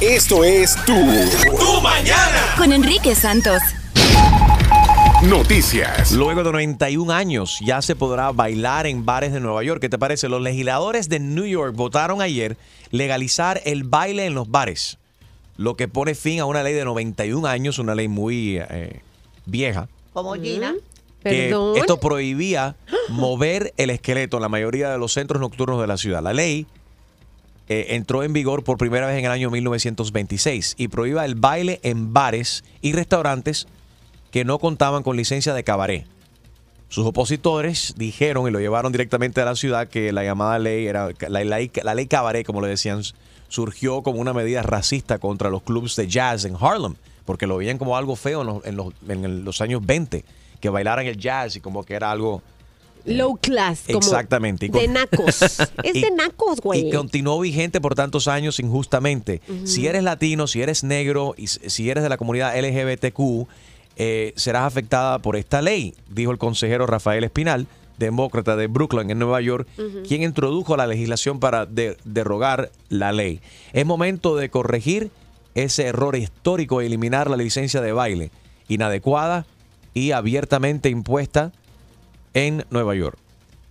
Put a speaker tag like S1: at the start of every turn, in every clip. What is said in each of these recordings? S1: Esto es Tu, tu Mañana.
S2: Con Enrique Santos.
S1: Noticias.
S3: Luego de 91 años ya se podrá bailar en bares de Nueva York. ¿Qué te parece? Los legisladores de New York votaron ayer legalizar el baile en los bares, lo que pone fin a una ley de 91 años, una ley muy eh, vieja,
S4: Como
S5: Mm.
S4: Gina.
S3: que
S5: Perdón.
S3: esto prohibía mover el esqueleto en la mayoría de los centros nocturnos de la ciudad. La ley eh, entró en vigor por primera vez en el año 1926 y prohíba el baile en bares y restaurantes que no contaban con licencia de cabaret. Sus opositores dijeron y lo llevaron directamente a la ciudad que la llamada ley era la, la- la ley cabaret, como le decían, surgió como una medida racista contra los clubs de jazz en Harlem, porque lo veían como algo feo en los, en los- en el- los años 20, que bailaran el jazz y como que era algo
S5: Low class. Como
S3: Exactamente. Y con-
S5: De nacos. es
S3: Y-
S5: de nacos, güey.
S3: y continuó vigente por tantos años injustamente. Si eres latino, si eres negro y s- si eres de la comunidad LGBTQ, eh, serás afectada por esta ley, dijo el consejero Rafael Espinal, demócrata de Brooklyn en Nueva York, quien introdujo la legislación para de- derrogar la ley. Es momento de corregir ese error histórico de eliminar la licencia de baile, inadecuada y abiertamente impuesta en Nueva York.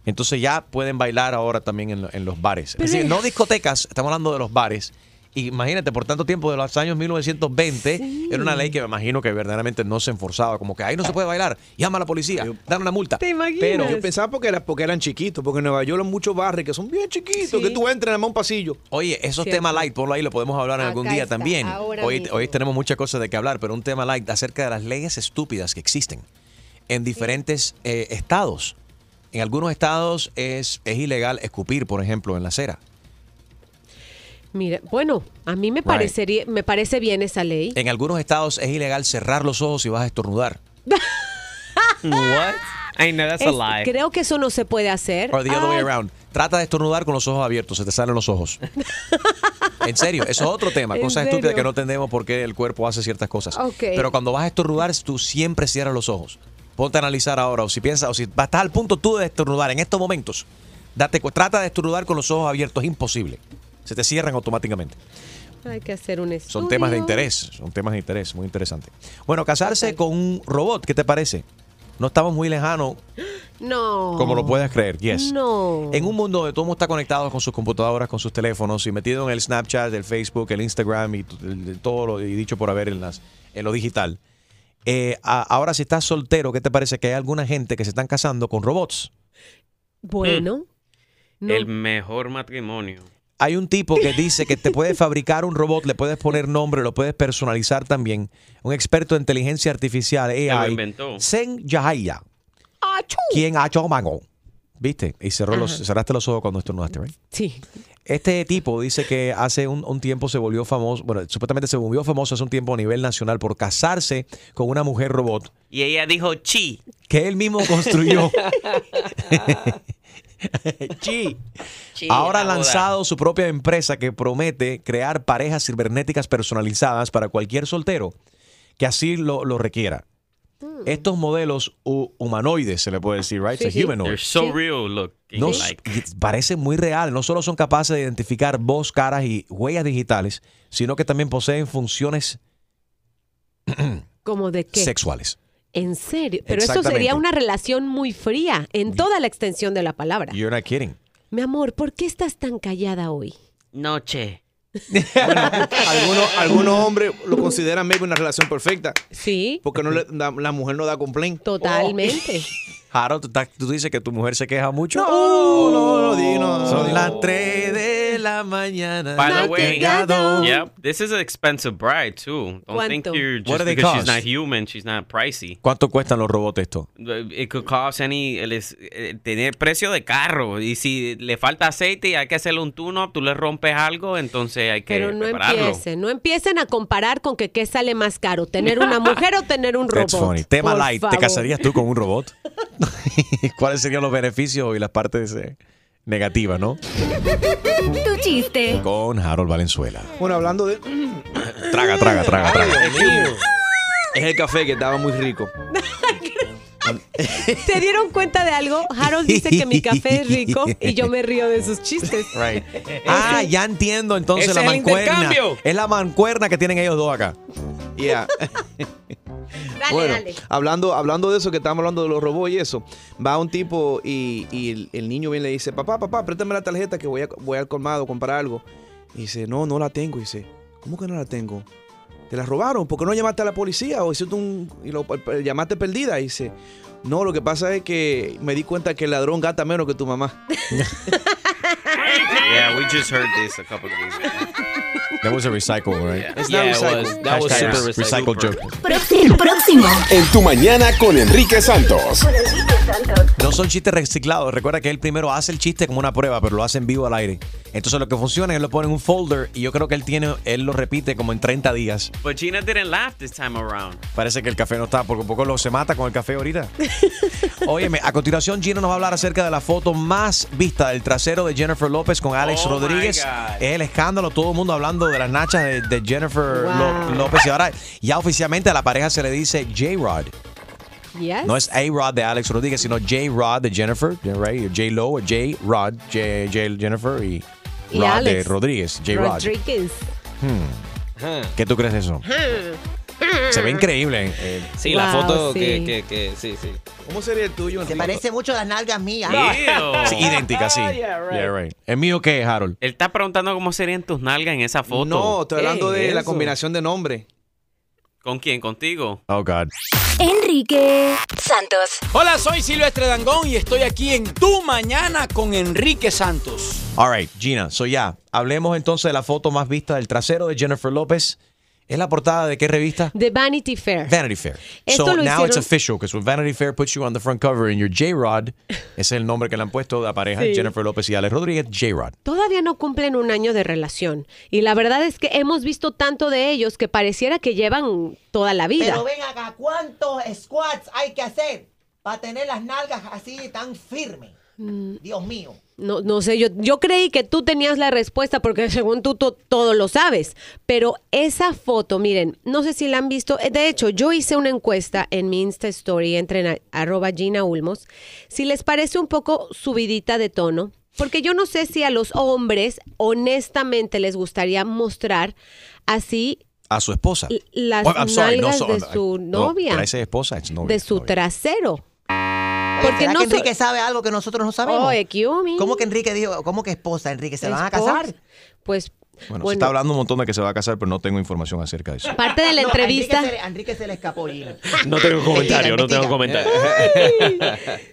S3: Entonces ya pueden bailar ahora también en, lo- en los bares.
S5: Pero
S3: es decir,
S5: es-
S3: no discotecas, estamos hablando de los bares. Y Imagínate, por tanto tiempo, de los años 1920, era una ley que me imagino que verdaderamente no se enforzaba. Como que ahí no se puede bailar, llama a la policía, dan una multa.
S5: ¿Te imaginas?
S3: Pero
S6: Yo pensaba porque, era, porque eran chiquitos, porque en Nueva York hay muchos barrios que son bien chiquitos,
S5: Sí.
S6: que tú entras en un pasillo.
S3: Oye, esos
S5: Cierto.
S3: temas light, ponlo ahí, lo podemos hablar en
S4: Acá
S3: algún día
S4: está,
S3: también.
S4: ahora
S3: Hoy,
S4: mismo.
S3: hoy tenemos muchas cosas de que hablar, pero un tema light acerca de las leyes estúpidas que existen en diferentes eh, estados. En algunos estados es, es ilegal escupir, por ejemplo, en la acera.
S5: Mira, bueno, a mí me,
S3: Right.
S5: parecería, me parece bien esa ley.
S3: En algunos estados es ilegal cerrar los ojos si vas a estornudar.
S7: What? I know that's a
S5: Es-
S7: lie.
S5: creo que eso no se puede hacer.
S3: Or the other way
S5: Ah,
S3: around. Trata de estornudar con los ojos abiertos, se te salen los ojos. en serio, eso es otro tema,
S5: ¿En
S3: cosas estúpidas
S5: serio?
S3: que no entendemos por qué el cuerpo hace ciertas cosas.
S5: Ok.
S3: Pero cuando vas a estornudar, tú siempre cierras los ojos. Ponte a analizar ahora, o si piensas, o si estás al punto tú de estornudar en estos momentos, date, cu- trata de estornudar con los ojos abiertos, es imposible. Se te cierran automáticamente.
S5: Hay que hacer un estudio.
S3: Son temas de interés, son temas de interés, muy interesante. Bueno, casarse
S5: Ok.
S3: con un robot, ¿qué te parece? No estamos muy lejanos
S5: No.
S3: como lo puedas creer,
S5: Oh.
S3: yes. Eh,
S5: No.
S3: En un mundo donde todo el mundo está conectado con sus computadoras, con sus teléfonos y metido en el Snapchat, el Facebook, el Instagram y t- el- el- todo lo y dicho por haber en, las, en lo digital. eh, a- ahora, si estás soltero, ¿qué te parece que hay alguna gente que se están casando con robots?
S5: Bueno. No.
S7: El mejor matrimonio.
S3: Hay un tipo que dice que te puede fabricar un robot, le puedes poner nombre, lo puedes personalizar también. Un experto en inteligencia artificial,
S7: Se lo
S3: AI,
S7: inventó.
S3: Sen Yahaya, quien ha hecho mango. ¿Viste? Y cerró los, cerraste los ojos cuando estornudaste, ¿right?
S5: Sí.
S3: Este tipo dice que hace un, un tiempo se volvió famoso, bueno, supuestamente se volvió famoso hace un tiempo a nivel nacional por casarse con una mujer robot
S7: Y ella dijo chi.
S3: que él mismo construyó. Chi. Ahora ha
S7: la boda.
S3: lanzado su propia empresa que promete crear parejas cibernéticas personalizadas para cualquier soltero que así lo, lo requiera. Estos modelos hu- humanoides, se le puede decir, right?
S5: Sí,
S3: It's a
S5: sí.
S3: humanoid.
S7: They're so
S5: Chi.
S7: real looking.
S3: No,
S7: like.
S3: s- parece muy real. No solo son capaces de identificar voz, caras y huellas digitales, sino que también poseen funciones
S5: Como de qué.
S3: sexuales.
S5: En serio. Pero eso
S3: Exactamente.
S5: sería una relación muy fría en toda la extensión de la palabra.
S3: You're not kidding.
S5: Mi amor, ¿por qué estás tan callada hoy?
S7: Noche.
S6: Algunos, algunos hombres lo consideran maybe una relación perfecta,
S5: Sí.
S6: porque no le- la, la mujer no da complaint.
S5: Totalmente.
S3: Harold, ¿tú, ta- tú dices que tu mujer se queja mucho.
S6: No, no, no, di, no.
S3: Son las 3 de la mañana.
S7: By the
S3: No
S7: way-
S3: he llegado.
S7: Yep. This is an expensive bride too. Don't think
S5: ¿Cuánto?
S7: you're
S3: What do
S7: just
S3: they
S7: because
S3: cost?
S7: she's not human, she's not pricey.
S3: ¿Cuánto cuestan los robots esto?
S7: It could cost any el es- eh, tener precio de carro y si le falta aceite y hay que hacerle un tune up, tú le rompes algo, entonces hay que
S5: Pero no
S7: prepararlo.
S5: empiecen, no empiecen a comparar con que qué sale más caro, tener una mujer o tener un robot.
S3: That's funny. Tema
S5: Por
S3: light.
S5: favor.
S3: ¿Te casarías tú con un robot? ¿Cuáles serían los beneficios y las partes eh, negativas, no?
S2: Tu chiste.
S3: Con Harold Valenzuela.
S6: Bueno, hablando de...
S3: Traga, traga, traga, traga.
S6: Es el café que estaba muy rico.
S5: ¿Se dieron cuenta de algo? Harold dice que mi café es rico y yo me río de sus chistes.
S3: Right. Ah, ya entiendo entonces
S7: Ese
S3: la
S7: es el
S3: mancuerna.
S7: intercambio.
S3: es la mancuerna que tienen ellos dos acá.
S6: Yeah.
S5: Dale,
S6: Bueno,
S5: dale.
S6: hablando, hablando de eso que estábamos hablando de los robots y eso, va un tipo y, y el, el niño viene y le dice, papá, papá, préstame la tarjeta que voy, a, voy al colmado a comprar algo. Y dice, no, no la tengo. Y dice, ¿cómo que no la tengo? Te la robaron, ¿por qué no llamaste a la policía? O hiciste un, y lo- llamaste perdida. Y dice, no, lo que pasa es que me di cuenta que el ladrón gasta menos que tu mamá.
S7: Yeah, we just heard this a couple of days ago.
S3: That was a recycle, right?
S7: Yeah,
S6: It's not
S7: yeah it
S6: recycled.
S7: was. That was
S3: Hashtag
S7: super
S3: recycle
S7: recycled.
S3: joke.
S2: Próximo. Próximo.
S1: En tu mañana con Enrique Santos.
S3: No son chistes reciclados. Recuerda que él primero hace el chiste como una prueba, pero lo hace en vivo al aire. Entonces lo que funciona es que lo pone en un folder y yo creo que él tiene, él lo repite como en 30 días.
S7: But Gina didn't laugh this time around.
S3: Parece que el café no está, porque un poco lo se mata con el café ahorita. Óyeme, a continuación Gino nos va a hablar acerca de la foto más vista del trasero de Jennifer López con Alex
S7: Oh, my
S3: Rodríguez.
S7: God.
S3: Es el escándalo, todo el mundo hablando de las nachas de, de Jennifer Ló-
S5: Wow.
S3: López. Y ahora ya oficialmente a la pareja se le dice J-Rod.
S5: Yes.
S3: No es A-Rod de Alex Rodríguez, sino J-Rod de Jennifer, right? J-Lo, o J-Rod, J- J- Jennifer y,
S5: Y
S3: Rod de
S5: Alex.
S3: Rodríguez, J-Rod. Hmm.
S5: Rodríguez.
S3: ¿Qué tú crees de eso? Se ve increíble. eh,
S4: Sí,
S5: la
S4: la
S5: Hmm. Wow,
S4: foto
S5: foto sí.
S4: que,
S5: que-
S4: que,
S5: que-
S4: sí, sí.
S6: ¿Cómo sería el tuyo?
S8: Se parece mucho a las nalgas mías.
S7: Ew.
S3: sí, idéntica, sí.
S6: Oh,
S3: Yeah, right. ¿El mío qué, Harold?
S7: Él está preguntando cómo serían tus nalgas en esa foto.
S6: No, estoy hablando de
S4: Ey,
S6: la
S4: eso.
S6: combinación de nombres.
S7: ¿Con quién? ¿Contigo?
S3: Oh, God.
S2: Enrique Santos.
S4: Hola, soy Silvestre Dangón y estoy aquí en Tu Mañana con Enrique Santos.
S3: All right, Gina, so ya. Hablemos entonces de la foto más vista del trasero de Jennifer López. ¿Es la portada de qué revista?
S5: The Vanity Fair.
S3: Vanity Fair.
S5: Esto
S3: so
S5: lo
S3: now it's
S5: hicieron-
S3: official because when Vanity Fair puts you on the front cover and your J-Rod, ese es el nombre que le han puesto a la pareja
S5: Sí.
S3: Jennifer López y Alex Rodríguez, J-Rod.
S5: Todavía no cumplen un año de relación. Y la verdad es que hemos visto tanto de ellos que pareciera que llevan toda la vida.
S8: Pero ven acá, ¿cuántos squats hay que hacer para tener las nalgas así tan firmes?
S5: Mm.
S8: Dios mío.
S5: No, no sé, yo, yo creí que tú tenías la respuesta porque según tú to- todo lo sabes. Pero esa foto, miren, no sé si la han visto. Eh, De hecho, yo hice una encuesta en mi Insta Story, entren a arroba Gina Ulmos, si les parece un poco subidita de tono. Porque yo no sé si a los hombres honestamente les gustaría mostrar así
S3: A su esposa.
S5: L- las
S3: Oh, I'm sorry, no,
S5: nalgas
S3: so-
S5: de
S3: no,
S5: su novia.
S3: Para esa esposa, es novia.
S5: de su
S3: novia.
S5: trasero.
S8: Porque
S5: Porque
S8: que
S5: no so-
S8: Enrique sabe algo que nosotros no sabemos?
S5: Oye, Kiyomi.
S8: ¿Cómo que Enrique dijo? ¿Cómo que esposa, Enrique? ¿Se van a
S5: Oh, Esposa.
S8: casar?
S5: Pues,
S3: Bueno,
S5: bueno,
S3: se está hablando un montón de que se va a casar, pero no tengo información acerca de eso.
S5: parte de la
S8: No, a
S5: entrevista.
S8: Enrique se le- a Enrique se le escapó, Gina.
S4: No tengo comentario, no
S8: Mentira,
S4: tengo comentario.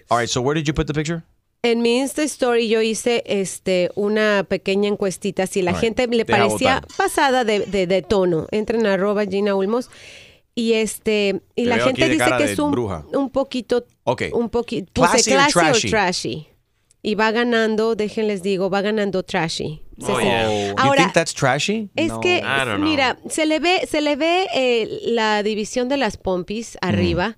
S3: All right, so where did you put the picture?
S5: En mi Insta Story yo hice este una pequeña encuestita si la
S3: All right.
S5: gente le
S3: Deja
S5: parecía
S3: votar.
S5: pasada de, de- de tono. Entren a arroba Gina Ulmos. Y este, y
S3: Te
S5: la
S3: veo aquí
S5: gente
S3: de
S5: dice
S3: cara
S5: que
S3: de
S5: es un,
S3: bruja.
S5: un poquito,
S3: Ok.
S5: un poquito,
S3: Classy or trashy?
S5: trashy. Y va ganando, déjenles digo, va ganando trashy. Se-
S7: Oh,
S5: se-
S7: yeah.
S3: you
S5: Ahora,
S3: think that's trashy?
S5: Es que,
S7: I don't know.
S5: mira, se le ve, se le ve eh, la división de las pompis
S3: Mm.
S5: arriba.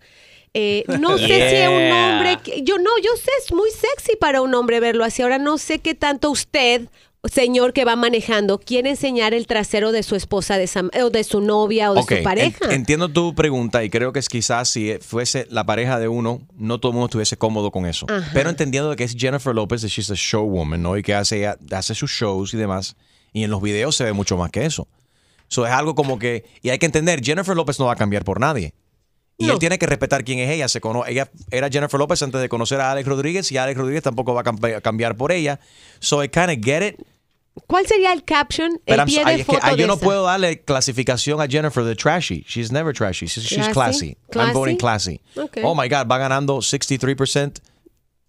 S5: Eh, no sé si es un
S7: Yeah.
S5: hombre, que- yo no, yo sé, es muy sexy para un hombre verlo así. Ahora no sé qué tanto usted, señor que va manejando, quiere enseñar el trasero de su esposa, de, esa- o de su novia o de
S3: Ok,
S5: su
S3: en-
S5: pareja.
S3: entiendo tu pregunta y creo que es quizás si fuese la pareja de uno, no todo el mundo estuviese cómodo con eso. Pero entendiendo que es Jennifer López, that she's a showwoman, ¿no? Y que hace, hace sus shows y demás. Y en los videos se ve mucho más que eso. Eso es algo como que. Y hay que entender, Jennifer López no va a cambiar por nadie. Y
S5: No.
S3: él tiene que respetar quién es ella. Se cono ella era Jennifer López antes de conocer a Alex Rodríguez y Alex Rodríguez tampoco va a campe- a cambiar por ella. So I kind of get it.
S5: ¿Cuál sería el caption, el
S3: Pero I'm
S5: pie
S3: sorry,
S5: de
S3: es que,
S5: foto
S3: ah, yo
S5: de
S3: no
S5: esa?
S3: puedo darle clasificación a Jennifer de trashy. She's never trashy. She's, she's classy.
S5: Classy?
S3: I'm voting classy.
S5: Classy? Ok.
S3: Oh my God, va ganando 63%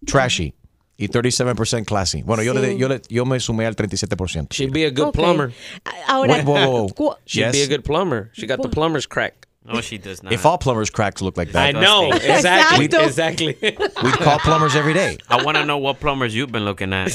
S3: trashy y 37% classy. Bueno, yo, le,
S5: Sí.
S3: yo, le- yo me sumé al 37%.
S4: She'd be a good
S5: Ok.
S4: plumber.
S5: A- Ahora,
S3: Wait, whoa, whoa, whoa.
S5: cu-
S4: She'd
S3: Yes.
S4: be a good plumber. She got the plumber's crack.
S7: No, she does not.
S3: If all plumbers' cracks look like
S4: I
S3: that,
S4: know, exactly,
S5: Exacto.
S4: exactly.
S3: we'd call plumbers every day.
S7: I want to know what plumbers you've been looking at.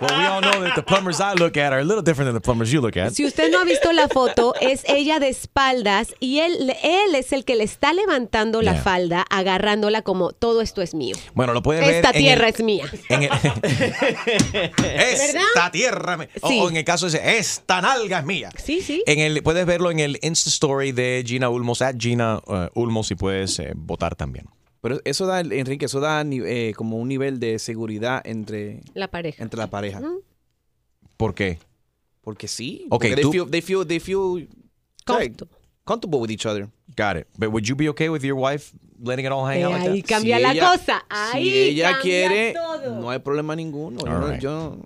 S3: Well, we all know that the plumbers I look at are a little different than the plumbers you look at.
S5: Si usted no ha visto la foto, es ella de espaldas y él, él es el que le está levantando la
S3: Yeah.
S5: falda, agarrándola como todo esto es mío.
S3: Bueno, lo pueden ver.
S5: Esta
S3: en el-
S5: tierra es mía.
S3: En el- esta tierra. me- o-
S5: Sí.
S3: O, en el caso ese, esta nalga es mía.
S5: Sí, sí.
S3: En el, puedes verlo en el Insta Story de Gina Ulmos, at Gina eh, Ulmos, si puedes eh, votar también.
S6: Pero eso da, Enrique, eso da ni- eh, como un nivel de seguridad entre,
S5: La pareja.
S6: entre la pareja.
S3: ¿Por qué?
S6: Porque sí.
S3: Ok,
S6: porque
S3: tú-
S6: they feel, they feel, they feel
S5: Comfortable.
S6: like, comfortable with each other.
S3: Got it. But would you be okay with your wife letting it all hang
S5: Eh,
S3: out like
S5: ahí
S3: that?
S5: cambia
S6: Si
S5: la
S6: ella-
S5: cosa. Ahí
S6: si ella
S5: cambia
S6: quiere,
S5: todo.
S6: no hay problema ninguno. Yo
S3: All
S6: no-
S3: right.
S6: yo,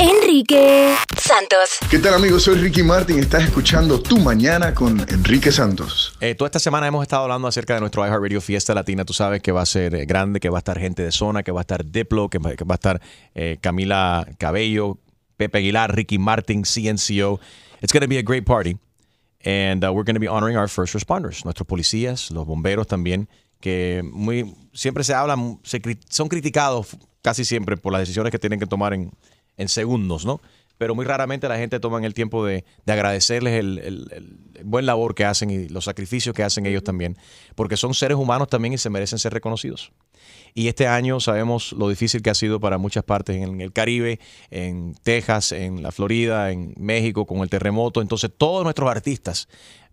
S2: Enrique Santos.
S9: ¿Qué tal amigos? Soy Ricky Martin. Estás escuchando Tu Mañana con Enrique Santos.
S3: Eh, toda esta semana hemos estado hablando acerca de nuestro iHeartRadio Fiesta Latina. Tú sabes que va a ser eh, grande, que va a estar gente de zona, que va a estar Diplo, que va, que va a estar eh, Camila Cabello, Pepe Aguilar, Ricky Martin, CNCO. It's going to be a great party. And uh, we're going to be honoring our first responders, nuestros policías, los bomberos también, que muy siempre se hablan, se cri- son criticados casi siempre por las decisiones que tienen que tomar en, en segundos, ¿no? Pero muy raramente la gente toma el tiempo de, de agradecerles el, el- el buen labor que hacen y los sacrificios que hacen ellos también, porque son seres humanos también y se merecen ser reconocidos. Y este año sabemos lo difícil que ha sido para muchas partes en el Caribe, en Texas, en la Florida, en México, con el terremoto. Entonces todos nuestros artistas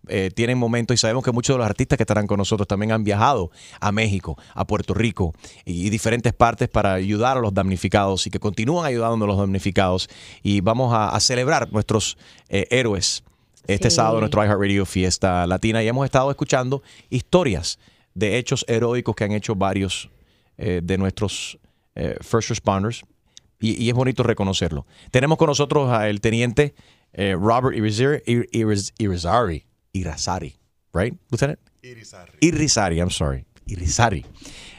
S3: eh, tienen momentos y sabemos que muchos de los artistas que estarán con nosotros también han viajado a México, a Puerto Rico y, y diferentes partes para ayudar a los damnificados y que continúan ayudando a los damnificados. Y vamos a, a celebrar nuestros eh, héroes este
S5: Sí.
S3: sábado, nuestro iHeartRadio Fiesta Latina. Y hemos estado escuchando historias de hechos heroicos que han hecho varios eh, de nuestros eh, first responders. Y, y es bonito reconocerlo. Tenemos con nosotros al teniente eh, Robert Irizar- Ir- Iriz- Irizarry. Irizarry, right, Lieutenant? Irizarry, I'm sorry. Irizarry.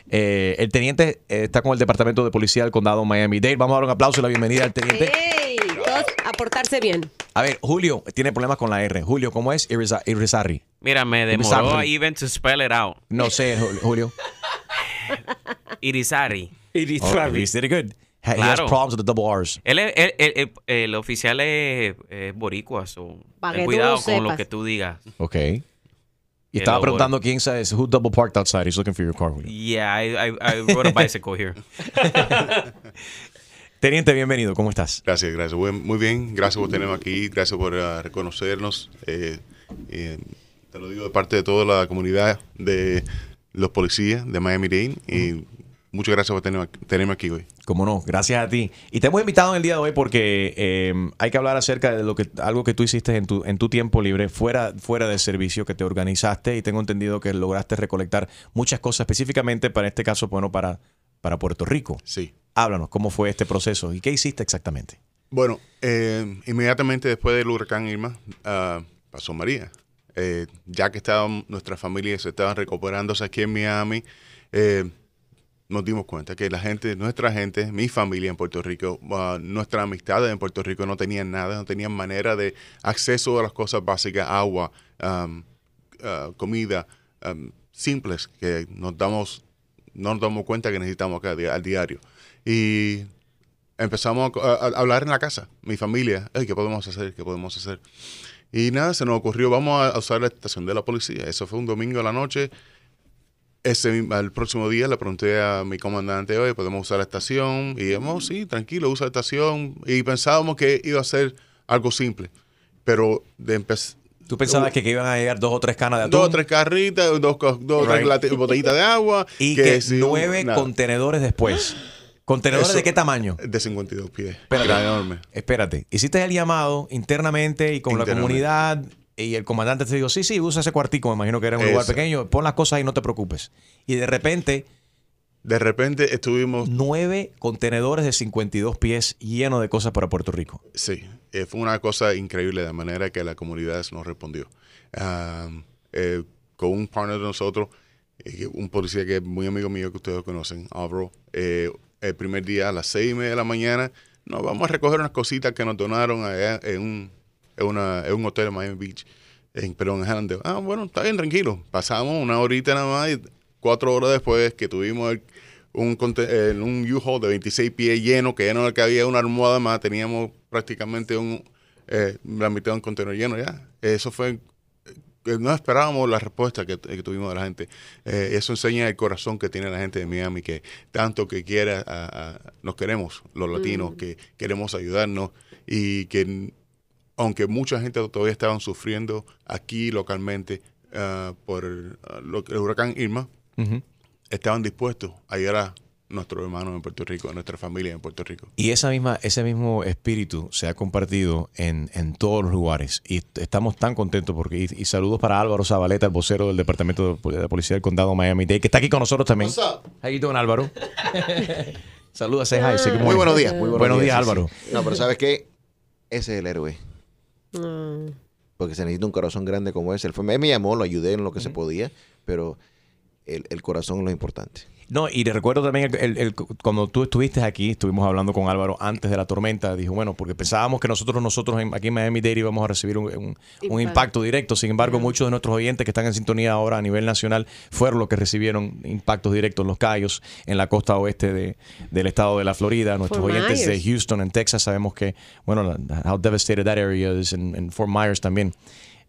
S3: Eh, el teniente eh, está con el Departamento de Policía del Condado Miami-Dade. Vamos a dar un aplauso y la bienvenida al teniente.
S5: Ey, todos a portarse bien.
S3: A ver, Julio tiene problemas con la R. Julio, ¿cómo es? Iriza- Irizarry.
S7: Mira, me demoró
S3: Irizarry.
S7: even to spell it out.
S3: No sé, Jul- Julio.
S7: Irizarry.
S3: Oh, Iris did it good. Ha- He has
S7: Claro.
S3: problems with the double R's.
S7: Él es- él- él- él- el oficial es, es boricua, so
S5: Pa'
S7: ten
S5: que tú
S7: cuidado con
S5: sepas.
S7: lo que tú digas.
S3: Ok. Y estaba
S7: Hello,
S3: preguntando quién es who double parked outside. He's looking for your car, Julio.
S7: Yeah, I, I, I rode a bicycle here.
S3: Teniente, bienvenido. ¿Cómo estás?
S10: Gracias, gracias. Buen- Muy bien, gracias por tenerme aquí, gracias por ah, reconocernos. Eh, eh, te lo digo de parte de toda la comunidad de los policías de Miami-Dade y muchas gracias por tenerme, tenerme aquí hoy.
S3: Como no, gracias a ti. Y te hemos invitado en el día de hoy porque eh, hay que hablar acerca de lo que algo que tú hiciste en tu, en tu tiempo libre, fuera, fuera del servicio que te organizaste y tengo entendido que lograste recolectar muchas cosas específicamente para este caso, bueno, para, para Puerto Rico.
S10: Sí.
S3: Háblanos, ¿cómo fue este proceso y qué hiciste exactamente?
S10: Bueno, eh, inmediatamente después del huracán Irma, ah, pasó María. Eh, ya que estaban, nuestras familias se estaban recuperándose aquí en Miami, eh, nos dimos cuenta que la gente, nuestra gente, mi familia en Puerto Rico, ah, nuestras amistades en Puerto Rico no tenían nada, no tenían manera de acceso a las cosas básicas, agua, am, ah, comida, am, simples, que nos damos, no nos damos cuenta que necesitamos acá di- al diario. Y empezamos a, a- a hablar en la casa, mi familia, "Ey, ¿qué podemos hacer? ¿Qué podemos hacer? Y nada, se nos ocurrió, vamos a- a usar la estación de la policía. Eso fue un domingo a la noche. Ese, mismo- al próximo día le pregunté a mi comandante, oye, ¿podemos usar la estación? Y dijimos, "Oh, sí, tranquilo, usa la estación. Y pensábamos que iba a ser algo simple. Pero de empezar...
S3: ¿Tú pensabas que, que iban a llegar dos o tres canas de atún?
S10: Dos o tres carritas, dos, co- dos o tres
S3: Right.
S10: lati- botellitas de agua.
S3: Y que,
S10: si un-
S3: nueve
S10: nada.
S3: contenedores después. ¿Contenedores
S10: Eso-
S3: de qué tamaño?
S10: De 52 pies.
S3: Espérate.
S10: Era enorme.
S3: Espérate, hiciste el llamado internamente y con la
S10: Internamente.
S3: comunidad y el comandante te dijo, sí, sí, usa ese cuartico, me imagino que era un lugar
S10: Esa.
S3: pequeño, pon las cosas y no te preocupes. Y de repente,
S10: De repente estuvimos
S3: nueve contenedores de 52 pies llenos de cosas para Puerto Rico.
S10: Sí, eh, fue una cosa increíble la manera que la comunidad nos respondió. Am, eh, con un partner de nosotros, eh, que- un policía que es muy amigo mío que ustedes conocen, Avro, eh, el primer día a las seis y media de la mañana, nos vamos a recoger unas cositas que nos donaron allá en un, en una- en un hotel en Miami Beach, en, perdón, en Hallandale. Ah, bueno, está bien, tranquilo. Pasamos una horita nada más y cuatro horas después que tuvimos el- un, conte- eh, un U-Haul de 26 pies lleno, que ya no le cabía una almohada más, teníamos prácticamente un, eh, la mitad de un contenedor lleno ya. Eso fue, eh, no esperábamos la respuesta que, que tuvimos de la gente. Eh, eso enseña el corazón que tiene la gente de Miami, que tanto que quiera, a- a- nos queremos los latinos, que queremos ayudarnos y que aunque mucha gente todavía estaban sufriendo aquí localmente ah, por ah, lo- el huracán Irma,
S3: Ujú.
S10: estaban dispuestos a ayudar a nuestros hermanos en Puerto Rico, a nuestra familia en Puerto Rico.
S3: Y esa misma, ese mismo espíritu se ha compartido en, en todos los lugares. Y est- estamos tan contentos porque. Y, y saludos para Álvaro Zabaleta, el vocero del Departamento de Pol- de Policía del Condado Miami-Dade, que está aquí con nosotros también. Ahí don Álvaro. Saludos, say
S5: Ah,
S3: hi, say good
S11: Muy
S3: morning.
S11: buenos días.
S3: Muy buenos, días,
S11: sí,
S3: Álvaro.
S11: sí. No, pero ¿sabes qué? Ese es el héroe.
S5: Mm.
S11: Porque se necesita un corazón grande como ese. Él, fue- él me llamó, lo ayudé en lo que se podía, pero el, el corazón es lo importante.
S3: No, y le recuerdo también el- el- el- cuando tú estuviste aquí, estuvimos hablando con Álvaro antes de la tormenta, dijo, bueno, porque pensábamos que nosotros, nosotros en- aquí en Miami Dade íbamos a recibir un, un- un impacto directo, sin embargo, muchos de nuestros oyentes que están en sintonía ahora a nivel nacional fueron los que recibieron impactos directos en los Cayos, en la costa oeste de- del estado de la Florida, nuestros
S12: Fort
S3: oyentes
S12: Myers.
S3: de Houston, en Texas, sabemos que, bueno, la- how devastated that area is, en en Fort Myers también.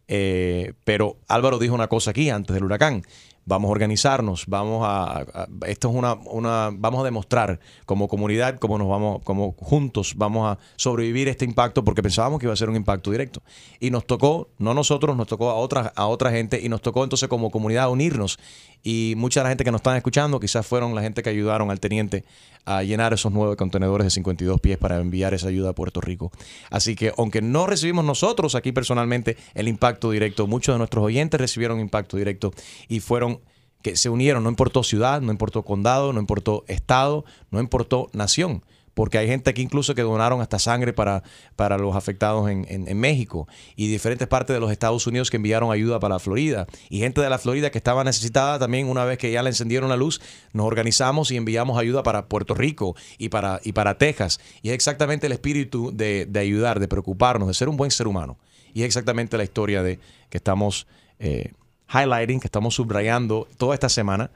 S3: Eh, pero Álvaro dijo una cosa aquí antes del huracán. Vamos a organizarnos, vamos a, a- a- esto es una, una- vamos a demostrar como comunidad, como nos vamos, como juntos vamos a sobrevivir este impacto porque pensábamos que iba a ser un impacto directo y nos tocó, no nosotros, nos tocó a otra a otra gente y nos tocó entonces como comunidad unirnos y mucha de la gente que nos están escuchando quizás fueron la gente que ayudaron al teniente a llenar esos nueve contenedores de 52 pies para enviar esa ayuda a Puerto Rico. Así que aunque no recibimos nosotros aquí personalmente el impacto directo, muchos de nuestros oyentes recibieron impacto directo y fueron que se unieron, no importó ciudad, no importó condado, no importó estado, no importó nación. Porque hay gente aquí incluso que donaron hasta sangre para, para los afectados en, en- en México y diferentes partes de los Estados Unidos que enviaron ayuda para la Florida. Y gente de la Florida que estaba necesitada también una vez que ya le encendieron la luz, nos organizamos y enviamos ayuda para Puerto Rico y para, y para Texas. Y es exactamente el espíritu de, de ayudar, de preocuparnos, de ser un buen ser humano. Y es exactamente la historia de que estamos... eh, highlighting, que estamos subrayando toda esta semana.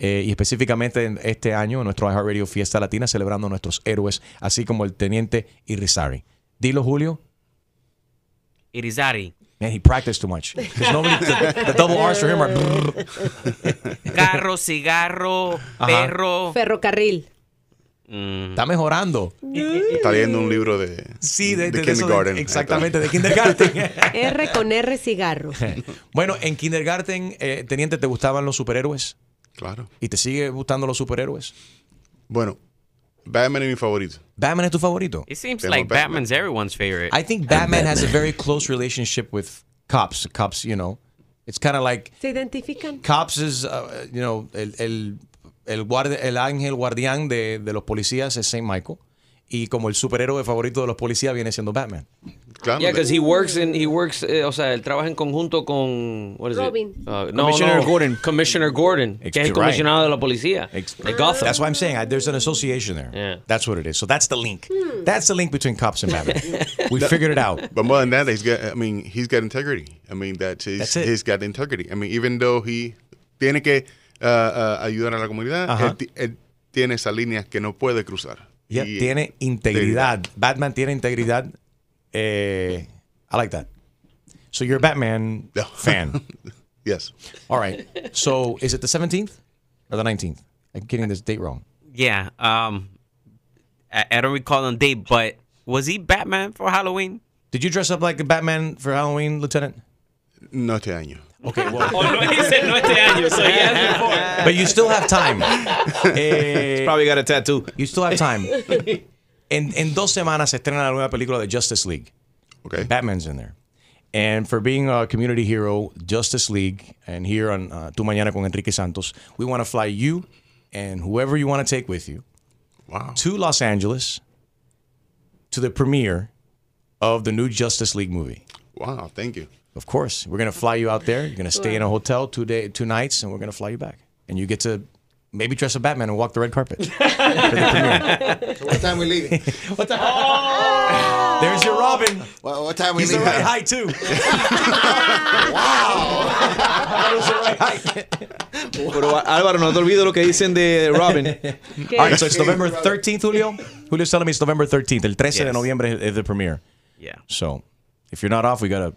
S3: eh, y específicamente en este año, en nuestro iHeartRadio Fiesta Latina, celebrando nuestros héroes, así como el teniente Irizarry. Dilo, Julio.
S7: Irizarry.
S3: Man, he practiced too much. 'Cause nobody- the, the double R's for him are
S7: Carro, cigarro,
S3: Ajá.
S7: perro.
S5: Ferrocarril.
S7: Mm.
S3: Está mejorando.
S10: Está leyendo un libro de,
S3: Sí, de, de- de eso de-
S10: kindergarten.
S3: exactamente, de kindergarten.
S5: R con R cigarro.
S3: bueno, en kindergarten, eh, teniente, ¿te gustaban los superhéroes?
S10: Claro.
S3: ¿Y te sigue gustando los superhéroes?
S10: Bueno, Batman es mi favorito.
S3: ¿Batman es tu favorito?
S7: It seems
S10: Pero
S7: like
S10: Batman.
S7: Batman's everyone's favorite.
S3: I think Batman has a very close relationship with cops. Cops, you know, it's kind of like
S5: ¿Se identifican?
S3: cops is, uh, you know, el, el, el, guardi- el ángel guardián de, de los policías es Saint Michael. Y como el superhéroe favorito de los policías viene siendo Batman.
S13: Yeah, because he works in he works, eh, o sea, él trabaja en conjunto con what is it?
S5: Robin.
S13: Uh, no,
S3: Commissioner
S13: no,
S3: Gordon.
S13: Commissioner Gordon, que es el
S3: Right.
S13: comisionado de la policía. de Gotham.
S3: That's why I'm saying I, there's an association there. That's what it is. So that's the link. That's the link between cops and Batman. we figured it out.
S10: But more than that, he's got. I mean, he's got integrity. I mean, that's his.
S3: That's it.
S10: He's got integrity. I mean, even though he tiene que uh, uh, ayudar a la comunidad,
S3: Ajá.
S10: él, ti- él tiene esa línea que no puede cruzar.
S3: Yeah,
S10: Y-
S3: tiene integridad. Batman tiene integridad. Eh, I like that. So you're a Batman fan.
S10: yes.
S3: All right. So is it the 17th or the 19th? I'm getting this date wrong.
S7: Yeah. Um, I, I don't recall the date, but was he Batman for Halloween?
S3: Did you dress up like a Batman for Halloween, Lieutenant?
S10: No este año.
S3: Okay.
S7: Oh, no, he said no este año, so yeah, before.
S3: But you still have time. Eh,
S6: probably got a tattoo.
S3: You still have time. En, en dos semanas se estrena la nueva película de Justice League.
S10: Okay.
S3: Batman's in there. And for being a community hero, Justice League, and here on uh, Tu Mañana con Enrique Santos, we want to fly you and whoever you want to take with you to Los Angeles to the premiere of the new Justice League movie.
S10: Wow. Thank you.
S3: Of course, we're gonna fly you out there. You're gonna stay in a hotel two day, two nights, and we're gonna fly you back. And you get to maybe dress up Batman and walk the red carpet. For the premiere.
S11: So what time we leaving?
S3: what time? There's your Robin.
S11: Well, what time we
S3: He's the
S11: leaving?
S3: right height too.
S6: Pero Á- Álvaro, no te olvides lo que dicen de Robin.
S3: All right, so it's November 13th, Julio. Julio's telling me it's November 13th. El 13 de
S7: Yes.
S3: noviembre is the premiere.
S7: Yeah.
S3: So if you're not off, we gotta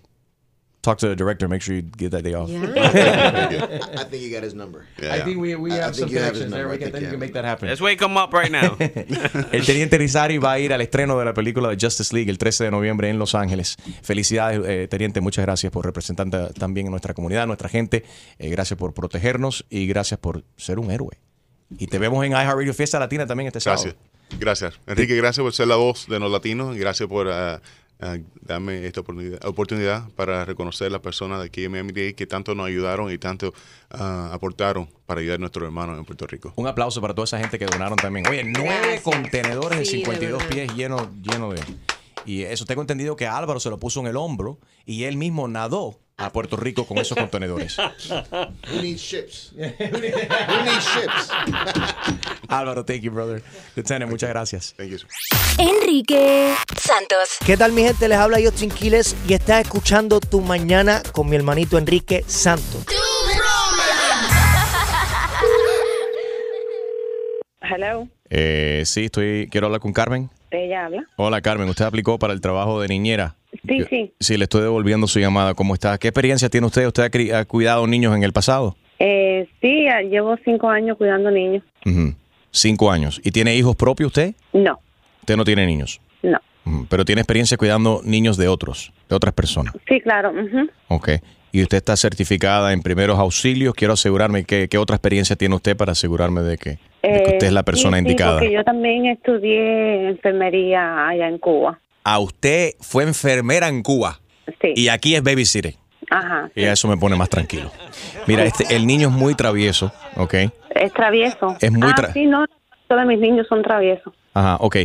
S3: talk to the director. Make sure you get that day off.
S11: I think you got his number.
S3: I think we, we
S11: I- I
S3: have some
S11: think you have his
S3: connections there.
S11: number.
S3: We
S11: I
S3: can,
S11: think
S3: then
S11: you
S3: we can make that happen.
S7: Let's wake him up right now.
S3: El Teniente Rizari va a ir al estreno de la película de Justice League el 13 de noviembre en Los Ángeles. Felicidades, eh, Teniente. Muchas gracias por representar ta- también a nuestra comunidad, a nuestra gente. Eh, gracias por protegernos y gracias por ser un héroe. Y te vemos en iHeartRadio Fiesta Latina también este sábado.
S10: Gracias. Gracias. Enrique, gracias por ser la voz de los latinos. Gracias por ah, ah, darme esta oportunidad, oportunidad para reconocer las personas de aquí en Miami-Dade que tanto nos ayudaron y tanto ah, aportaron para ayudar a nuestros hermanos en Puerto Rico.
S3: Un aplauso para toda esa gente que donaron también. Oye, nueve
S10: Gracias.
S3: contenedores de
S10: Sí, de
S3: 52
S10: verdad.
S3: pies llenos lleno de... Y eso tengo entendido que Álvaro se lo puso en el hombro y él mismo nadó a Puerto Rico con esos contenedores.
S11: We need ships. We need ships.
S3: Álvaro, thank you, brother. Lieutenant, muchas gracias.
S10: Thank you.
S2: Enrique Santos.
S12: ¿Qué tal mi gente? Les habla Justin Quiles y estás escuchando Tu Mañana con mi hermanito Enrique Santos.
S14: Hello,
S3: Eh, sí, estoy, quiero hablar con Carmen.
S14: ella habla.
S3: Hola Carmen, usted aplicó para el trabajo de niñera.
S14: Sí,
S3: Yo-
S14: sí.
S3: Sí, le estoy devolviendo su llamada. ¿Cómo está? ¿Qué experiencia tiene usted? ¿Usted ha, cri- ha cuidado niños en el pasado?
S14: Eh, sí, ah, llevo cinco años cuidando niños.
S3: Ujú. Cinco años. ¿Y tiene hijos propios usted?
S14: No,
S3: Usted no tiene niños.
S14: no.
S3: Ujú. Pero tiene experiencia cuidando niños de otros, de otras personas.
S14: Sí, claro. ujú.
S3: Ok. Y usted está certificada en primeros auxilios. Quiero asegurarme que, qué otra experiencia tiene usted para asegurarme de que, de que
S14: Eh,
S3: usted es la persona
S14: sí, sí,
S3: indicada.
S14: porque yo también estudié enfermería allá en Cuba.
S3: A usted fue enfermera en Cuba.
S14: Sí.
S3: Y aquí es babysitter.
S14: Ajá.
S3: Y eso me pone más tranquilo. Mira, este, el niño es muy travieso, ¿ok?
S14: Es travieso.
S3: Es muy
S14: ah,
S3: tra-
S14: Sí, no, todos mis niños son traviesos.
S3: Ajá, ok.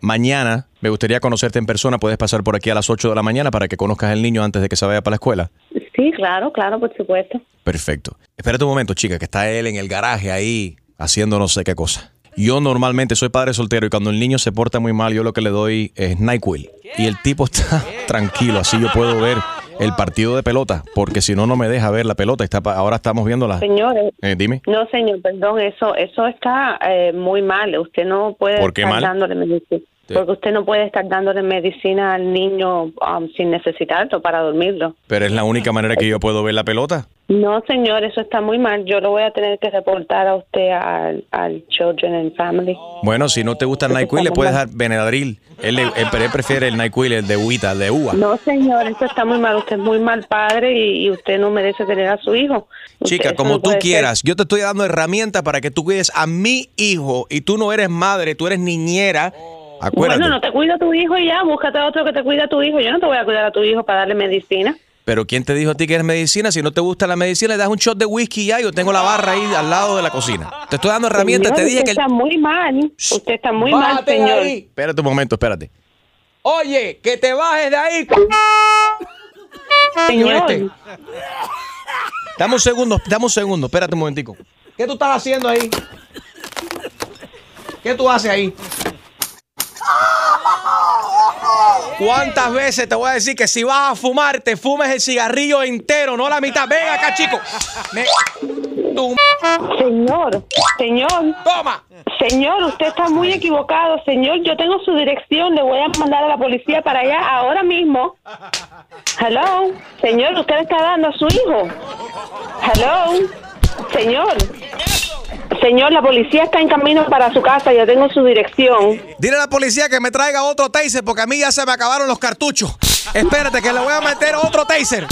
S3: Mañana me gustaría conocerte en persona. Puedes pasar por aquí a las 8 de la mañana para que conozcas al niño antes de que se vaya para la escuela.
S14: Sí, claro, claro, por supuesto.
S3: Perfecto. Espérate un momento, chica, que está él en el garaje ahí haciendo no sé qué cosa. Yo normalmente soy padre soltero y cuando el niño se porta muy mal, yo lo que le doy es NyQuil. Y el tipo está tranquilo, así yo puedo ver el partido de pelota, porque si no, no me deja ver la pelota. Está pa- ahora estamos viendo la...
S14: Señores,
S3: Eh, dime.
S14: no, señor, perdón, eso eso está eh, muy mal. Usted no puede
S3: ¿Por qué
S14: estar
S3: mal?
S14: dándole medicina.
S3: Sí.
S14: Porque usted no puede estar dándole medicina al niño um, sin necesitarlo para dormirlo.
S3: Pero es la única manera que yo puedo ver la pelota.
S14: No, señor, eso está muy mal. Yo lo voy a tener que reportar a usted al, al Children and Family.
S3: Bueno, si no te gusta el NyQuil, le puedes dar Benadryl. Él, le- él- pero él prefiere el NyQuil, el de Uita, el de uva.
S14: No, señor, eso está muy mal. Usted es muy mal padre y, y usted no merece tener a su hijo. Usted-
S3: Chica,
S14: eso
S3: como
S14: no
S3: tú
S14: puede ser.
S3: quieras, yo te estoy dando herramientas para que tú cuides a mi hijo y tú no eres madre, tú eres niñera. Acuérdate.
S14: Oh. Bueno, no te cuida tu hijo y ya, búscate a otro que te cuida a tu hijo. Yo no te voy a cuidar a tu hijo para darle medicina.
S3: Pero ¿quién te dijo a ti que eres medicina? Si no te gusta la medicina, le das un shot de whisky y ya. Yo tengo la barra ahí al lado de la cocina. Te estoy dando herramientas.
S14: Señor,
S3: Te dije
S14: usted
S3: que... el-
S14: está muy mal. Usted está muy mal,
S4: Bájate de
S14: señor.
S4: ahí.
S3: Espérate un momento, espérate.
S4: Oye, que te bajes de ahí.
S3: Señor. este. Dame un segundo, dame un segundo. Espérate un momentico.
S4: ¿Qué tú estás haciendo ahí? ¿Qué tú haces ahí?
S3: ¿Cuántas veces te voy a decir que si vas a fumar, te fumes el cigarrillo entero, no la mitad? Ven acá, chico. Me- tu-
S14: Señor, señor.
S3: Toma.
S14: Señor, usted está muy equivocado. Señor, yo tengo su dirección. Le voy a mandar a la policía para allá ahora mismo. Hello. Señor, usted le está dando a su hijo. Hello. Señor. Señor, la policía está en camino para su casa. Yo tengo su dirección.
S3: Dile a la policía que me traiga otro taser porque a mí ya se me acabaron los cartuchos. Espérate que le voy a meter otro taser.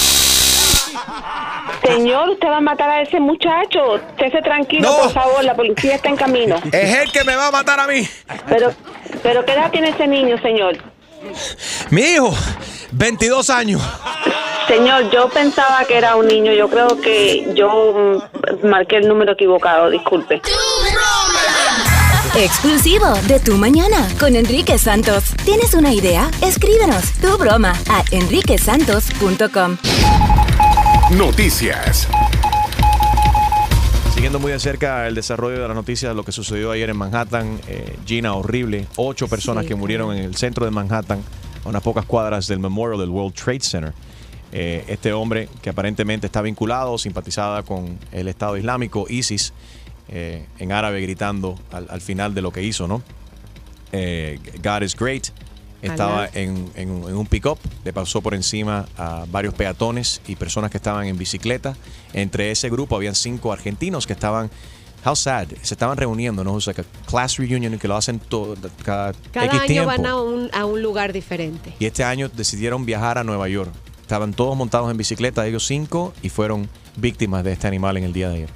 S14: Señor, usted va a matar a ese muchacho. Estése tranquilo, por favor. La policía está en camino.
S3: Es él que me va a matar a mí.
S14: Pero, pero ¿qué edad tiene ese niño, señor?
S3: Mi hijo, 22 años.
S14: Señor, yo pensaba que era un niño. Yo creo que yo mm, marqué el número equivocado. Disculpe.
S2: Exclusivo de Tu Mañana con Enrique Santos. ¿Tienes una idea? Escríbenos tu broma a enriquesantos.com.
S1: Noticias.
S3: Siguiendo muy de cerca el desarrollo de las noticias, lo que sucedió ayer en Manhattan, eh, Gina, horrible. Ocho personas que murieron en el centro de Manhattan, a unas pocas cuadras del Memorial del World Trade Center. Eh, este hombre, que aparentemente está vinculado, simpatizada con el Estado Islámico, ISIS, eh, en árabe gritando al, al final de lo que hizo, ¿no? Eh, God is great, Estaba en, en un- en un pick-up, le pasó por encima a varios peatones y personas que estaban en bicicleta. Entre ese grupo habían cinco argentinos que estaban, how sad, se estaban reuniendo, ¿no? O sea, que class reunion que lo hacen todo, cada,
S5: Cada
S3: X
S5: año
S3: tiempo.
S5: van a un, a un lugar diferente.
S3: Y este año decidieron viajar a Nueva York. Estaban todos montados en bicicleta, ellos cinco, y fueron víctimas de este animal en el día de ayer.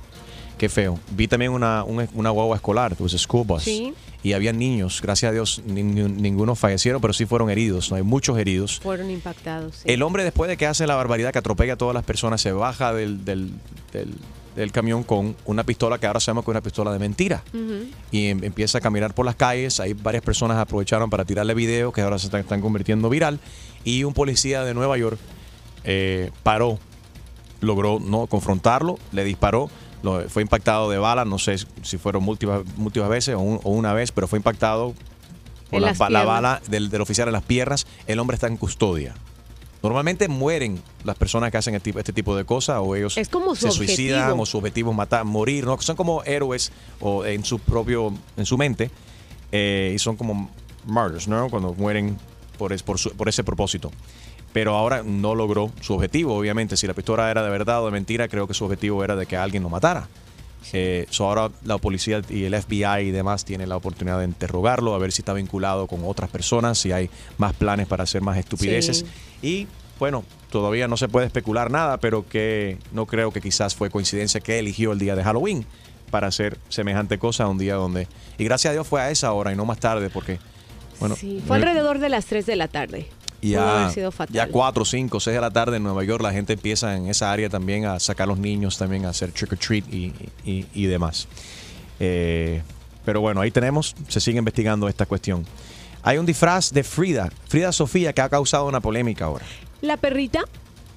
S3: Qué feo. Vi también una, un- una guagua escolar, it was a school bus.
S5: Sí.
S3: Y había niños, gracias a Dios, ni- ni- ninguno fallecieron, pero sí fueron heridos. ¿no? Hay muchos heridos.
S5: Fueron impactados. sí.
S3: El hombre, después de que hace la barbaridad que atropella a todas las personas, se baja del, del- del- del camión con una pistola que ahora sabemos que es una pistola de mentira
S15: Ujú.
S3: y em- empieza a caminar por las calles. Ahí varias personas aprovecharon para tirarle videos que ahora se están, están convirtiendo viral. Y un policía de Nueva York eh, paró, logró no confrontarlo, le disparó. lo- fue impactado de bala, no sé si fueron múltiples, múltiples veces o, un- o una vez, pero fue impactado por
S16: En
S3: la,
S16: las
S3: ba- la
S16: piernas.
S3: bala del, del oficial en las piernas. El hombre está en custodia. Normalmente mueren las personas que hacen el tipo- este tipo de cosas o ellos
S5: Es como su
S3: se suicidan
S5: objetivo.
S3: o su objetivo es matar, morir, ¿no? Son como héroes o en su propio, en su mente eh, y son como martyrs, ¿no? Cuando mueren por, es- por, su- por ese propósito. Pero ahora no logró su objetivo, obviamente. Si la pistola era de verdad o de mentira, creo que su objetivo era de que alguien lo matara. Eh, so ahora la policía y el FBI y demás tienen la oportunidad de interrogarlo, a ver si está vinculado con otras personas, si hay más planes para hacer más estupideces.
S16: Sí.
S3: Y bueno, todavía no se puede especular nada, pero que no creo que quizás fue coincidencia que eligió el día de Halloween para hacer semejante cosa, un día donde... Y gracias a Dios fue a esa hora y no más tarde, porque... Bueno,
S5: Sí, Fue
S3: no-
S5: alrededor de las 3 de la tarde. Pudo
S3: ya,
S5: haber sido fatal.
S3: ya 4, 5, 6 de la tarde en Nueva York la gente empieza en esa área también a sacar a los niños, también a hacer trick or treat y, y- y demás. Eh, pero bueno, ahí tenemos, se sigue investigando esta cuestión. Hay un disfraz de Frida, Frida Sofía, que ha causado una polémica ahora.
S5: La perrita,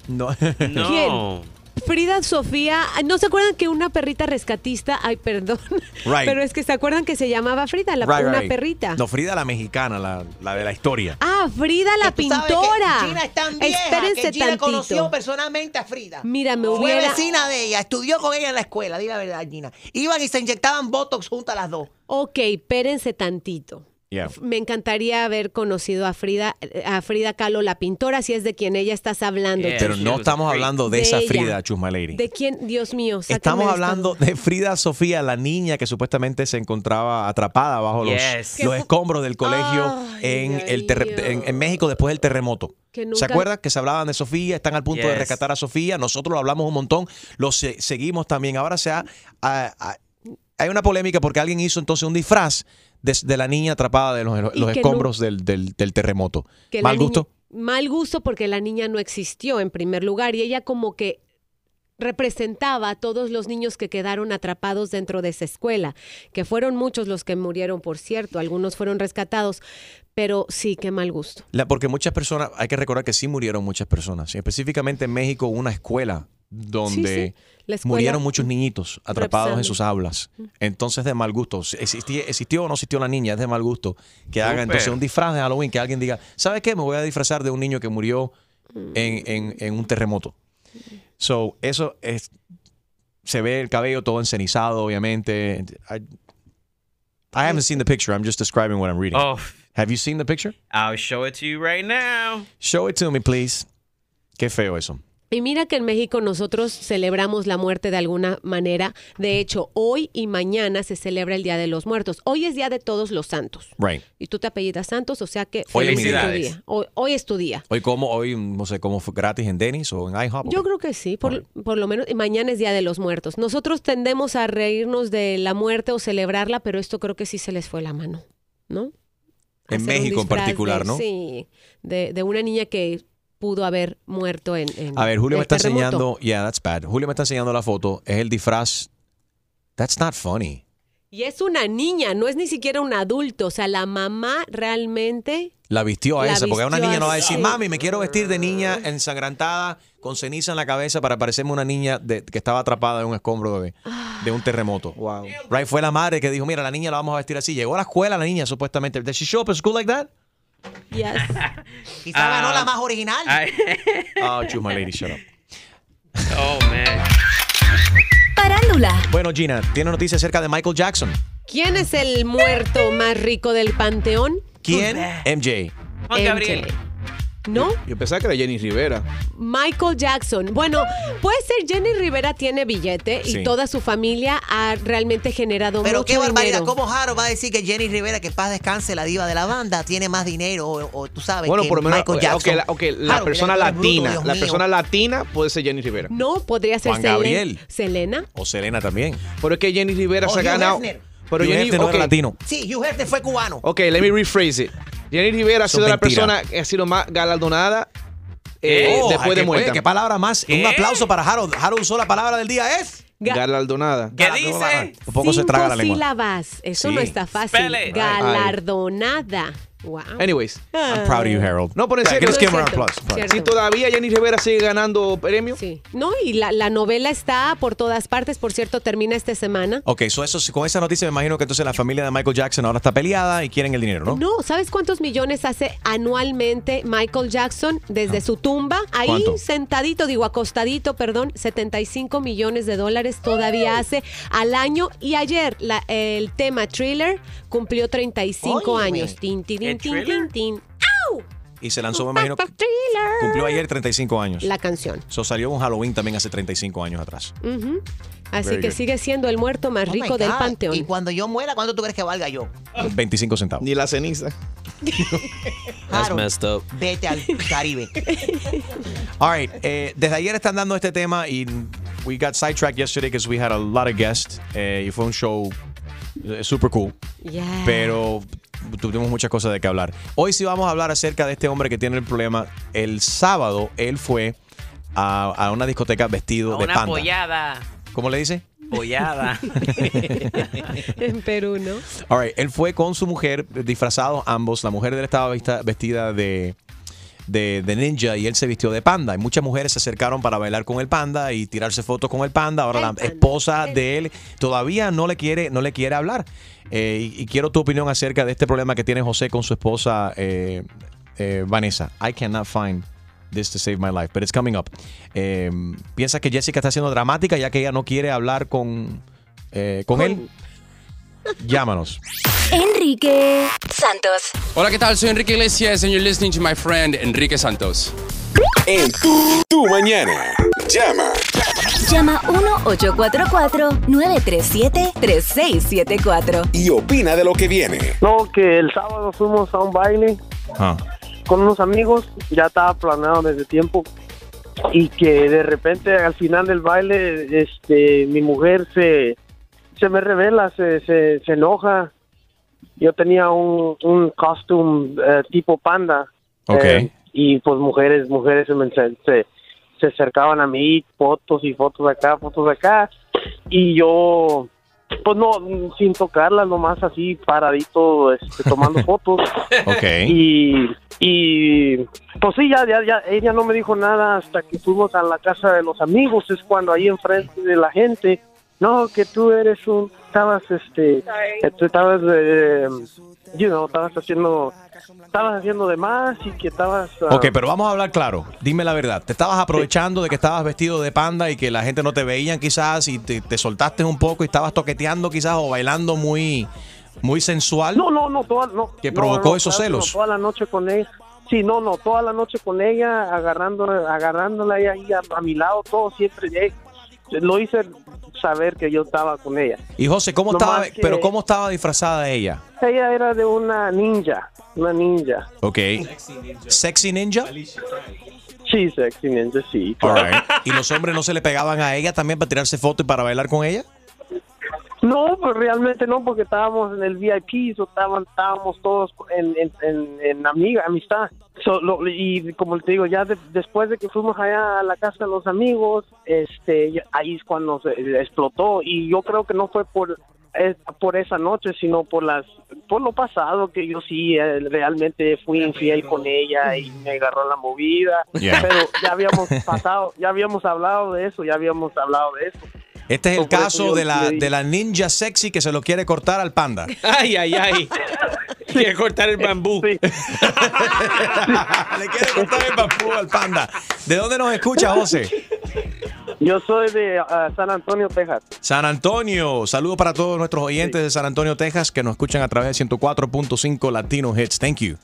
S3: No.
S5: ¿Quién? Frida Sofía, ah, ¿no se acuerdan que una perrita rescatista, ay, perdón,
S3: Right.
S5: pero es que se acuerdan que se llamaba Frida, la,
S3: Right,
S5: una
S3: right.
S5: perrita?
S3: No, Frida la mexicana, la, la de la historia.
S5: Ah, Frida
S8: Eh,
S5: la pintora.
S8: Gina es tan vieja
S5: Espérense
S8: que Gina
S5: tantito.
S8: conoció personalmente a Frida.
S5: Mira, me
S8: Fue
S5: hubiera-
S8: vecina de ella, estudió con ella en la escuela, di la verdad, Gina. Iban y se inyectaban Botox juntas las dos.
S5: Ok, espérense tantito. F- Me encantaría haber conocido a Frida, a Frida Kahlo, la pintora, si es de quien ella estás hablando.
S3: Pero
S5: Chuy.
S3: no estamos hablando de,
S5: De
S3: esa
S5: ella.
S3: Frida Chusma Lady.
S5: ¿De quién? Dios mío. sáquenme
S3: Estamos
S5: de esta
S3: hablando de Frida Sofía, la niña que supuestamente se encontraba atrapada bajo los-
S16: Yes.
S3: los, escombros del colegio en, el terre- en, en México después del terremoto.
S16: Que nunca-
S3: ¿Se acuerdan que se hablaban de Sofía? Están al punto de
S16: Yes.
S3: rescatar a Sofía. Nosotros lo hablamos un montón, lo se- seguimos también. Ahora se ha- a- a- hay una polémica porque alguien hizo entonces un disfraz de, de la niña atrapada de los,
S5: Y
S3: los
S5: que nu-
S3: escombros del, del- del terremoto.
S5: que la
S3: Mal
S5: niña-
S3: gusto.
S5: mal gusto porque la niña no existió en primer lugar y ella como que representaba a todos los niños que quedaron atrapados dentro de esa escuela, que fueron muchos los que murieron, por cierto, algunos fueron rescatados, pero sí, qué mal gusto.
S3: La- porque muchas personas, hay que recordar que sí murieron muchas personas. Y específicamente en México hubo una escuela donde
S5: sí. La escuela- Mm.
S3: murieron muchos niñitos atrapados
S5: Repsando.
S3: en sus aulas. Entonces de mal gusto. Si existi- ¿Existió o no existió la niña? Es de mal gusto que haga
S16: Súper.
S3: entonces un disfraz de Halloween, que alguien diga, ¿sabes qué? Me voy a disfrazar de un niño que murió
S5: Mm.
S3: en, en- en un terremoto. So, eso es... Se ve el cabello todo encenizado, obviamente. I, I haven't seen the picture. I'm just describing what I'm reading.
S7: Oh.
S3: Have you seen the picture?
S7: I'll show it to you right now.
S3: Show it to me, please. Qué feo eso.
S5: Y mira que en México nosotros celebramos la muerte de alguna manera. De hecho, hoy y mañana se celebra el Día de los Muertos. Hoy es Día de Todos los Santos.
S3: Right.
S5: Y tú te apellidas Santos, o sea que
S3: Hoy es mi
S5: feliz tu
S3: día.
S5: día. Hoy- hoy es tu día.
S3: Hoy como, hoy no sé cómo fue gratis en Dennis o en IHOP.
S5: Yo creo que sí, por, por lo menos y mañana es Día de los Muertos. Nosotros tendemos a reírnos de la muerte o celebrarla, pero esto creo que sí se les fue la mano, ¿no?
S3: en
S5: Hacer un
S3: México en
S5: disfraz
S3: particular,
S5: de-
S3: ¿no?
S5: Sí, de, de una niña que pudo haber muerto en... en
S3: A ver, Julio
S5: el
S3: me está
S5: terremoto.
S3: enseñando. Yeah, that's bad. Julio me está enseñando la foto. Es el disfraz. That's not funny.
S5: Y es una niña, no es ni siquiera un adulto, o sea, la mamá realmente...
S3: La vistió a
S5: La
S3: esa, porque una
S5: vistió
S3: niña no va a
S5: así.
S3: decir, mami, me quiero vestir de niña ensangrantada, con ceniza en la cabeza, para parecerme una niña de- que estaba atrapada en un escombro de, de un terremoto. Wow. Right, fue la madre que dijo, mira, la niña la vamos a vestir así. Llegó a la escuela la niña, supuestamente. Did she show up at school like that?
S8: Quizá ganó la más original. Ah,
S3: Oh, choose my lady, shut up.
S7: Oh, man.
S2: Parándula.
S3: Bueno, Gina, tiene noticias acerca de Michael Jackson.
S5: ¿Quién es el muerto más rico del panteón?
S3: ¿Quién? MJ.
S7: Juan
S5: en
S7: Gabriel.
S5: Chile. ¿No?
S6: Yo pensaba que era Jenny Rivera.
S5: Michael Jackson. Bueno, puede ser Jenny Rivera tiene billete
S6: Sí.
S5: y toda su familia ha realmente generado
S8: Pero
S5: mucho
S8: qué barbaridad,
S5: dinero.
S8: ¿cómo Jaro va a decir que Jenny Rivera, que en paz descanse, la diva de la banda, tiene más dinero o, o tú
S3: Pues
S8: sabes
S6: Bueno,
S8: que
S6: por lo menos. eh,
S8: Michael
S6: ok,
S8: Jackson?
S6: la- ok, la
S8: Jaro,
S6: persona
S8: mira, tú eres bruto,
S6: latina.
S8: Dios
S6: la
S8: mío.
S6: persona latina puede ser Jenny Rivera.
S5: No, podría ser
S6: Juan
S5: Selena.
S6: Gabriel.
S5: Selena.
S3: O Selena también.
S6: Pero es que Jenny Rivera
S8: O
S6: se ha
S8: Hugh
S6: ganado.
S8: Hefner.
S6: Pero
S3: Hugh
S6: Jenny
S3: Hefner no era
S6: ok.
S3: latino.
S8: Sí, Hugh Hefner fue cubano.
S6: Ok, let me rephrase it. Jenny Rivera ha
S3: Eso
S6: sido
S3: es
S6: la
S3: mentira.
S6: persona que ha sido más galardonada eh,
S3: Oh,
S6: después
S3: ¿qué-
S6: de muerta.
S3: oye, ¿Qué palabra más? Un aplauso para Harold. Harold usó la palabra del día es.
S6: Galardonada.
S3: ¿Qué dice? Un poco se
S5: Cinco
S3: traga la lengua.
S5: sílabas. Eso
S3: Sí.
S5: no está fácil.
S3: Spell it.
S5: Galardonada. Wow.
S6: Anyways.
S5: I'm
S3: proud of you, Harold.
S6: No, por en
S3: Yeah,
S6: serio.
S3: give us camera Cierto, applause.
S5: cierto.
S6: Si todavía Jenny Rivera sigue ganando premios.
S5: No, y la, la novela está por todas partes. Por cierto, termina esta semana.
S3: Ok, so eso, con esa noticia me imagino que entonces la familia de Michael Jackson ahora está peleada y quieren el dinero, ¿no?
S5: No, ¿sabes cuántos millones hace anualmente Michael Jackson desde su tumba? Ahí
S3: Ah. ¿Cuánto?
S5: sentadito, digo acostadito, perdón, 75 millones de dólares todavía hace al año. Y ayer la- el tema Thriller cumplió 35
S3: Óyeme.
S5: años. Tin, tin,
S3: ¿El
S5: tin, tin,
S3: Thriller?
S5: tin, tin.
S3: Y se lanzó, me imagino,
S5: Pa, Thriller.
S3: cumplió ayer 35 años.
S5: La canción.
S3: Eso salió un Halloween también hace 35 años atrás.
S5: Ujú. Así
S3: Very
S5: que
S3: good.
S5: sigue siendo el muerto más
S8: Oh my
S5: rico del
S8: God.
S5: panteón.
S8: Y cuando yo muera, ¿cuánto tú crees que valga yo?
S3: 25 centavos.
S6: Ni la ceniza.
S13: That's messed up.
S8: Vete al Caribe.
S3: All right, eh, desde ayer están dando este tema y we got sidetracked yesterday because we had a lot of guests eh, y fue un show eh, super cool.
S5: Yeah.
S3: Pero tuvimos muchas cosas de que hablar. Hoy sí vamos a hablar acerca de este hombre que tiene el problema. El sábado él fue a, a una discoteca vestido de
S7: Una
S3: panda.
S7: pollada.
S3: ¿Cómo le dice?
S7: Pollada.
S5: en Perú, ¿no?
S3: All right, él fue con su mujer, eh, disfrazados ambos. La mujer de él estaba vista- vestida de, de, de ninja y él se vistió de panda. Y muchas mujeres se acercaron para bailar con el panda y tirarse fotos con el panda. Ahora la esposa de él todavía no le quiere, no le quiere hablar. Eh, y, y quiero tu opinión acerca de este problema que tiene José con su esposa eh, eh, Vanessa. I cannot find this to save my life, but it's coming up. Eh, ¿Piensas que Jessica está siendo dramática ya que ella no quiere hablar con, eh, con él? Llámanos.
S2: Enrique Santos.
S15: Hola, ¿qué tal? Soy Enrique Iglesias and you're listening to my friend Enrique Santos.
S1: En tu, tu mañana. Llama.
S2: Llama 1-844-937-3674.
S1: Y opina de lo que viene.
S16: No, que el sábado fuimos a un baile con unos amigos, ya estaba planeado desde tiempo y que de repente al final del baile este mi mujer se se me revela, se, se, se enoja. Yo tenía un, un costume eh, tipo panda
S17: Ok.
S16: eh, y pues mujeres, mujeres se, me- se, se- se acercaban a mí, fotos y fotos de acá, fotos de acá y yo pues no, sin tocarla, nomás así paradito, este, tomando fotos. Y, y pues sí, ya, ya, ya, ella no me dijo nada hasta que fuimos a la casa de los amigos, es cuando ahí enfrente de la gente, no, que tú eres un, estabas, este, eh, tú estabas, eh, you know, estabas haciendo, estabas haciendo de más y que estabas... ah,
S3: Ok, pero vamos a hablar claro. Dime la verdad. ¿Te estabas aprovechando de que estabas vestido de panda y que la gente no te veían quizás y te, te soltaste un poco y estabas toqueteando quizás o bailando muy, muy sensual?
S16: No, no, no, toda, no.
S3: Que
S16: no,
S3: provocó
S16: no,
S3: esos
S16: claro, no,
S3: celos.
S16: toda la noche con ella. Sí, no, no, toda la noche con ella, agarrando, agarrándola ahí, ahí a, a mi lado, todo siempre. eh, lo hice saber que yo estaba con ella.
S3: Y José, ¿cómo
S16: No
S3: estaba,
S16: más que-
S3: pero cómo estaba disfrazada ella?
S16: Ella era de una ninja, una ninja.
S3: Ok. Sexy ninja.
S16: Sí, sexy ninja, sí.
S3: All right. ¿Y los hombres no se le pegaban a ella también para tirarse fotos y para bailar con ella?
S16: No, pues realmente no, porque estábamos en el VIP, so estaban, estábamos todos en, en, en- en amiga, amistad. So, lo- y como te digo, ya de- después de que fuimos allá a la casa de los amigos, este, ya- ahí es cuando se eh, explotó. Y yo creo que no fue por es- por esa noche, sino por las por lo pasado que yo sí eh, realmente fui infiel con ella y me agarró la movida.
S3: Yeah.
S16: Pero ya habíamos pasado, ya habíamos hablado de eso, ya habíamos hablado de eso.
S3: Este es el
S16: No, por eso
S3: caso
S16: yo
S3: de la,
S16: le dije.
S3: de la ninja sexy que se lo quiere cortar al panda.
S13: Ay, ay, ay. Quiere cortar el bambú.
S3: Le quiere cortar el bambú al panda. ¿De dónde nos escucha, José?
S16: Yo soy de ah, San Antonio, Texas.
S3: San Antonio, saludos para todos nuestros oyentes de San Antonio, Texas, que nos escuchan a través de 104.5 Latino Hits. Thank you.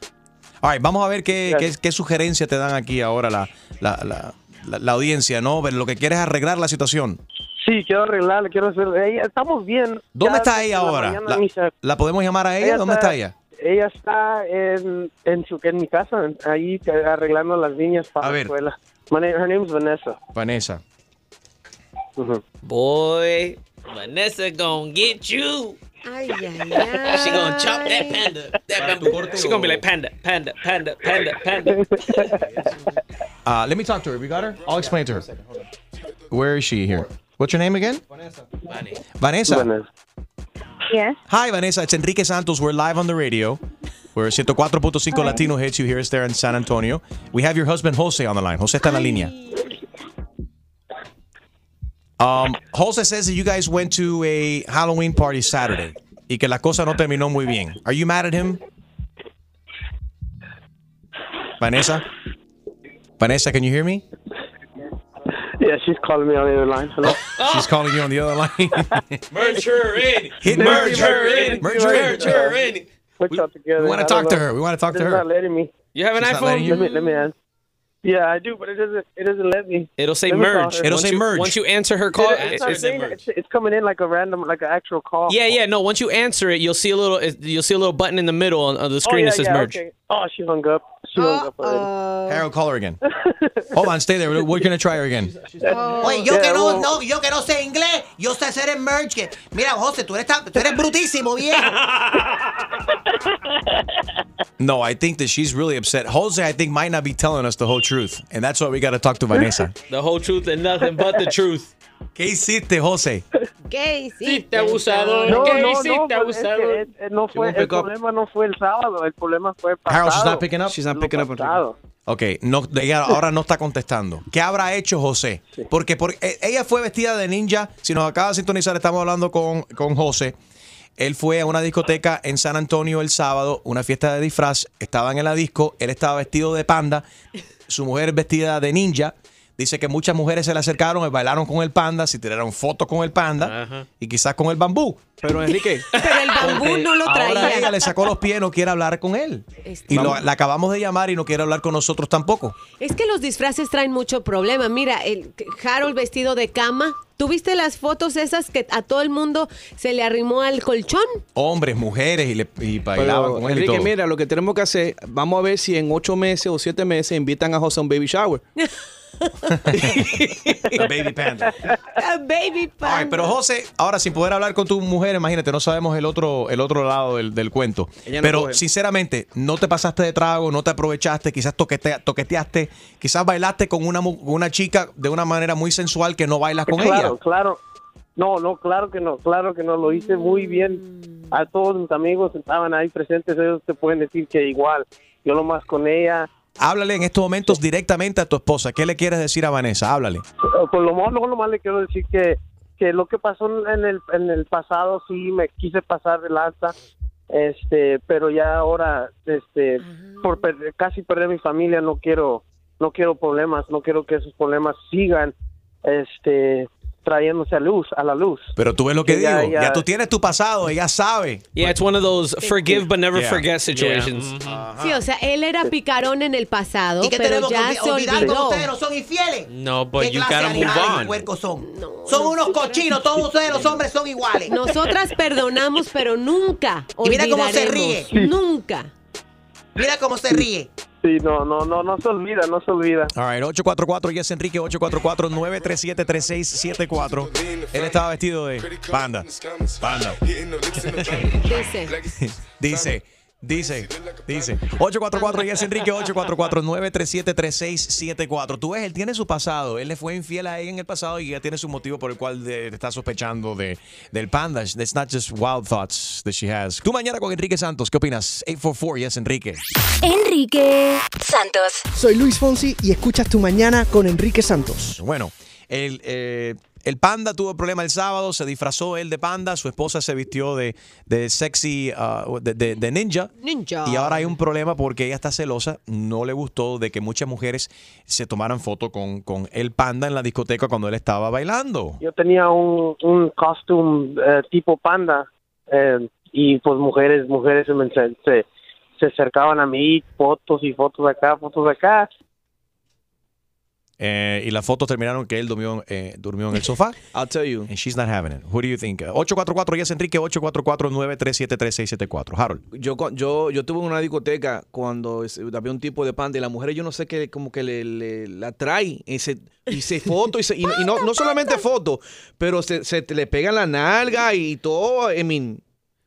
S3: All right, vamos a ver qué, qué, qué sugerencia te dan aquí ahora la, la, la, la- la audiencia, ¿no? Pero Lo que quieres es arreglar la situación.
S16: Sí, quiero arreglarle, quiero hacer. ella- estamos bien.
S3: ¿Dónde
S16: Ya
S3: está ella
S16: en la
S3: ahora?
S16: mañana,
S3: ¿La,
S16: mija.
S3: la podemos llamar a ella? ¿Dónde está ella?
S16: Ella está en, en, su, en mi casa, en- ahí eh, arreglando las líneas para la escuela. My name, her name is Vanessa.
S3: Vanessa. Uh,
S7: Boy, Vanessa gonna get you.
S5: Ay, ay,
S7: She gonna chop that panda. That panda. She gonna be like panda, panda, panda, panda, panda.
S3: Uh, let me talk to her. We got her? I'll explain to her. Where is she here? What's your name again? Vanessa. Vanessa.
S17: Yes.
S3: Hi, Vanessa. It's Enrique Santos. We're live on the radio. We're 104.5 Latino hits you here it's there in San Antonio. We have your husband Jose on the line. Jose está en la línea. Um, Jose says that you guys went to a Halloween party Saturday y que la cosa no terminó muy bien. Are you mad at him? Vanessa? Vanessa, can you hear me?
S16: Yeah, she's calling me on the other line. Hello.
S3: She's calling you on the other line.
S7: Merge her in.
S3: Hit merge.
S7: Merge her in.
S3: Merge her in.
S7: her in.
S16: Let's talk together.
S3: we wanna
S16: I
S3: talk
S16: don't
S3: to
S16: know.
S3: her. We wanna talk to
S16: It's
S3: her.
S16: not letting me.
S7: You have an
S3: She's not iPhone? letting you?
S16: Let me, let me ask. Yeah, I do, but it doesn't. It doesn't let me.
S13: It'll say
S16: Let me call
S13: merge.
S16: her.
S13: Once you- Once you answer her call,
S16: It- Oh. it's, not saying that. It's- it's coming in like a random, like an actual call.
S13: Yeah, yeah, no. Once you answer it, you'll see a little. it- You'll see a little button in the middle on, on the screen
S16: oh, yeah,
S13: that says
S16: yeah,
S13: merge.
S16: Okay. Oh, she hung up. She hung up already.
S3: Harold, call her again. Hold on, stay there. We're- We're gonna try her again.
S5: Oh.
S8: Oye, yo
S16: Yeah,
S8: que no,
S16: well-
S8: no, yo que no sé inglés, yo sé hacer el merch. que- Mira, José, tú eres, tan- tú eres brutísimo, viejo.
S3: No, I think that she's really upset. Jose, I think, might not be telling us the whole truth, and that's why we got to talk to Vanessa.
S13: The whole truth and nothing but the truth.
S3: ¿Qué hiciste, Jose?
S5: ¿Qué hiciste,
S16: No,
S5: abusador?
S16: no,
S5: ¿Qué
S16: no,
S5: hiciste,
S16: pues, es
S5: abusador?
S16: que, es- es- no fue,
S6: won't
S16: el
S6: pick up.
S16: problema no fue el sábado, el problema fue el pasado.
S3: Harold, she's not picking up. She's
S16: not picking up. Pasado.
S3: Ok, no, ella ahora no está contestando. ¿Qué habrá hecho José? Porque, por- eh, ella fue vestida de ninja. Si nos acaba de sintonizar, estamos hablando con, con José. Él fue a una discoteca en San Antonio el sábado, una fiesta de disfraz. Estaban en la disco, él estaba vestido de panda, su mujer vestida de ninja. Dice que muchas mujeres se le acercaron, bailaron con el panda, se tiraron fotos con el panda y quizás con el bambú. Pero Enrique,
S5: Pero el bambú no lo
S3: Ahora ella
S5: traía.
S3: le sacó los pies, no quiere hablar con él. Y lo- la acabamos de llamar y no quiere hablar con nosotros tampoco.
S5: Es que los disfraces traen mucho problema. Mira, el Harold vestido de cama. ¿Tuviste las fotos esas que a todo el mundo se le arrimó al colchón?
S3: Hombres, mujeres y, le, y bailaban
S6: Pero,
S3: con él y
S6: Enrique,
S3: todo.
S6: mira, lo que tenemos que hacer, vamos a ver si en ocho meses o siete meses invitan a José a un baby shower.
S3: A baby panda.
S5: A baby panda.
S3: Ay, pero José, ahora sin poder hablar con tu mujer, imagínate, no sabemos el otro, el otro lado del, del cuento.
S6: Ella no
S3: pero
S6: coge.
S3: sinceramente, no te pasaste de trago, no te aprovechaste, quizás toquete- toqueteaste, quizás bailaste con una, mu- una chica de una manera muy sensual que no bailas con
S16: claro,
S3: ella.
S16: claro. No, no, claro que no, claro que no, lo hice muy bien. A todos mis amigos que estaban ahí presentes, ellos te pueden decir que igual. Yo nomás con ella,
S3: Háblale en estos momentos directamente a tu esposa. ¿Qué le quieres decir a Vanessa? Háblale.
S16: Eh, Con lo más, luego lo más le quiero decir que, que lo que pasó en el, en el pasado sí me quise pasar del alta, este, pero ya ahora, este, por per- casi perder mi familia, no quiero, no quiero problemas, no quiero que esos problemas sigan, este, trayéndose a luz, a la luz.
S3: Pero tú ves lo que
S16: Ya,
S3: digo.
S16: ya.
S3: Ya. tú tienes tu pasado, ella sabe.
S13: Yeah, it's one of those forgive but never
S3: Yeah.
S13: forget situations.
S5: Sí, o sea, él era picarón en el pasado,
S8: ¿Y qué
S5: pero
S8: tenemos
S5: ya
S8: que
S5: se
S8: olvidar cuando
S5: olvidó.
S8: ustedes no son infieles?
S13: No,
S8: ¿Qué
S13: but you
S8: clase de
S13: gotta move
S8: animales y
S13: on.
S8: puercos son? son unos cochinos, todos ustedes los hombres son iguales.
S5: Nosotras perdonamos, pero nunca
S8: Y mira cómo se
S5: olvidaremos.
S8: ríe.
S5: Nunca.
S8: Mira cómo se ríe.
S16: Sí, no, no, no, no se olvida, no se olvida.
S3: All right, 844 Yes Enrique 844 937 3674. Él estaba vestido de panda. Panda.
S5: Dice.
S3: Dice, dice, dice. 844 Yes Enrique 844 937 3674. Tú ves, él tiene su pasado. Él le fue infiel a ella en el pasado y ya tiene su motivo por el cual de- está sospechando de, del panda. It's not just wild thoughts that she has. Tú mañana con Enrique Santos. ¿Qué opinas? 844 Yes Enrique.
S2: Enrique Santos.
S18: Soy Luis Fonsi y escuchas tu mañana con Enrique Santos.
S3: Bueno, el, eh, el panda tuvo problema el sábado, se disfrazó él de panda, su esposa se vistió de, de sexy, uh, de, de- de ninja.
S5: Ninja.
S3: Y ahora hay un problema porque ella está celosa, no le gustó de que muchas mujeres se tomaran foto con, con el panda en la discoteca cuando él estaba bailando.
S16: Yo tenía un, un costume eh, tipo panda eh, y pues mujeres, mujeres se, me- se, se- se acercaban a mí, fotos y fotos de acá, fotos de acá.
S3: Eh, y las fotos terminaron que él durmió, eh, durmió en el sofá.
S6: I'll tell you.
S3: And she's not having it. Who do you think? 844 yes Enrique 844-937-3674. Harold.
S6: Yo, cu- yo, yo estuve en una discoteca cuando es- había un tipo de panda y la mujer, yo no sé qué, como que le, le- la trae y se, y se foto y, se- y- y no, no solamente foto, pero se, se te le pegan la nalga y todo. I mean,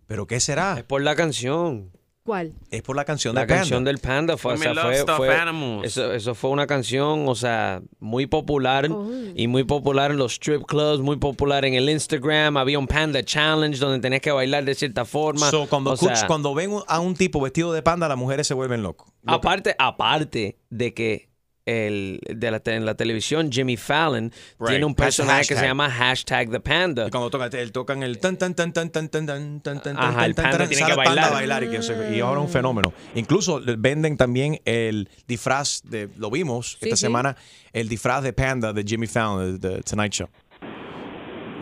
S3: ¿Pero qué será?
S13: Es por la canción.
S5: ¿Cuál?
S3: Es por la canción
S13: La
S3: de Panda.
S13: canción del Panda fue, o
S3: I'm
S13: sea,
S3: in love,
S13: fue-
S3: stuffed
S13: fue-
S3: animals.
S13: eso, eso fue una canción, o sea, muy popular
S3: Oh.
S13: y muy popular en los strip clubs, muy popular en el Instagram. Había un Panda Challenge donde tenías que bailar de cierta forma.
S3: So, cuando,
S13: o sea,
S3: escuch- cuando ven un- a un tipo vestido de panda, las mujeres se vuelven locos.
S13: Aparte, aparte de que el, de la, te- en la televisión Jimmy Fallon
S3: Right.
S13: tiene un
S3: Has-
S13: personaje que se
S3: hashtag.
S13: llama hashtag the panda.
S3: cuando tocan, tocan el tan tan tan tan tan tan tan tan tan
S13: Ajá, el
S3: tan, tan,
S13: panda
S3: tan,
S13: tiene
S3: sale
S13: que
S3: el panda a
S13: bailar.
S3: bailar y, que se- y ahora un fenómeno. Incluso le- venden también el disfraz de lo vimos
S17: Sí,
S3: esta
S17: sí.
S3: semana el disfraz de panda de Jimmy Fallon de, de Tonight Show.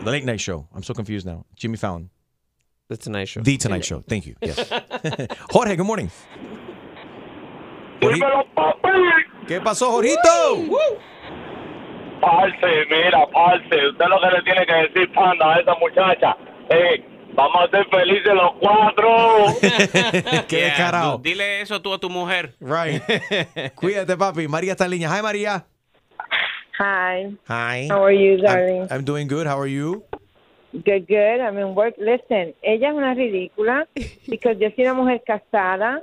S3: The Late Night Show. I'm so confused now. Jimmy Fallon.
S13: The Tonight Show.
S3: The Tonight Show. Thank you. Yes. Jorge, good morning. ¿Qué pasó, Jorito?
S19: Parce, mira, parce, usted lo que le tiene que decir, panda, a esa muchacha, eh, vamos a ser felices los cuatro.
S3: Qué descarado.
S7: tú- Dile eso tú a tu mujer.
S3: Right. Cuídate, papi. María está en línea. Hi, María.
S20: Hi.
S3: Hi.
S20: How are you,
S3: I'm-
S20: darling?
S3: I'm doing good. How are you?
S20: Good, good. I'm in work. Listen, ella es una ridícula because yo soy una mujer casada.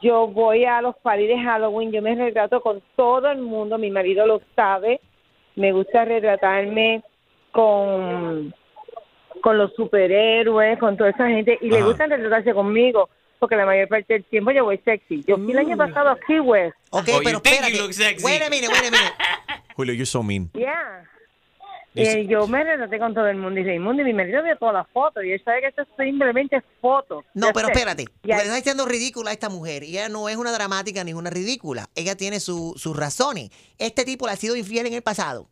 S20: Yo voy a los parties de Halloween, yo me retrato con todo el mundo, mi marido lo sabe. Me gusta retratarme con con los superhéroes, con toda esa gente y le
S21: Ajá.
S20: gusta retratarse conmigo porque la mayor parte del tiempo yo voy sexy. Yo fui el año pasado a Key West.
S7: Oh, you think you look sexy.
S20: Wait a minute, wait a minute.
S3: Julio, you're so mean.
S20: Yeah.
S3: Dice-
S20: Eh, yo me relaté con todo el mundo y Raimundo y mi marido vio todas las fotos y él sabe que esto es simplemente fotos.
S22: No,
S20: Ya
S22: pero
S20: sé.
S22: espérate.
S20: Ya-
S22: Porque está diciendo ridícula esta mujer. Y ella no es una dramática ni una ridícula. Ella tiene su- sus razones. Este tipo le ha sido infiel en el pasado.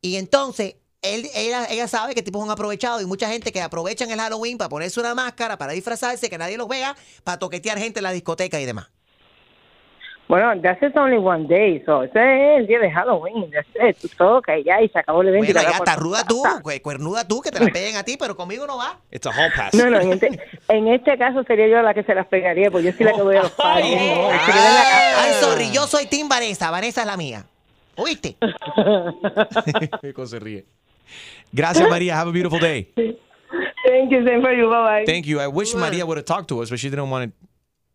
S22: Y entonces, él, ella, ella sabe que el tipo es un aprovechado. Y mucha gente que aprovechan el Halloween para ponerse una máscara, para disfrazarse, que nadie los vea, para toquetear gente en la discoteca y demás.
S20: Bueno, that's just only one day, so ese es el día de Halloween, that's it. Todo que ya y se acabó el evento.
S22: Bueno,
S20: Y
S22: ya
S20: ahora por-
S22: tarruda tú, cue- cuernuda tú, que te la peguen a ti, pero conmigo no va.
S6: It's a hall pass.
S20: No, no, en este, en este caso sería yo la que se las pegaría, porque yo soy la que voy a los padres.
S22: Ay, sorry, yo soy Team Vanessa. Vanessa es la mía. ¿Oíste?
S3: Chico se ríe. Gracias, María. Have a beautiful day.
S20: Thank you, same for you, bye bye.
S3: Thank you. I wish María would have talked to us, but she didn't want it,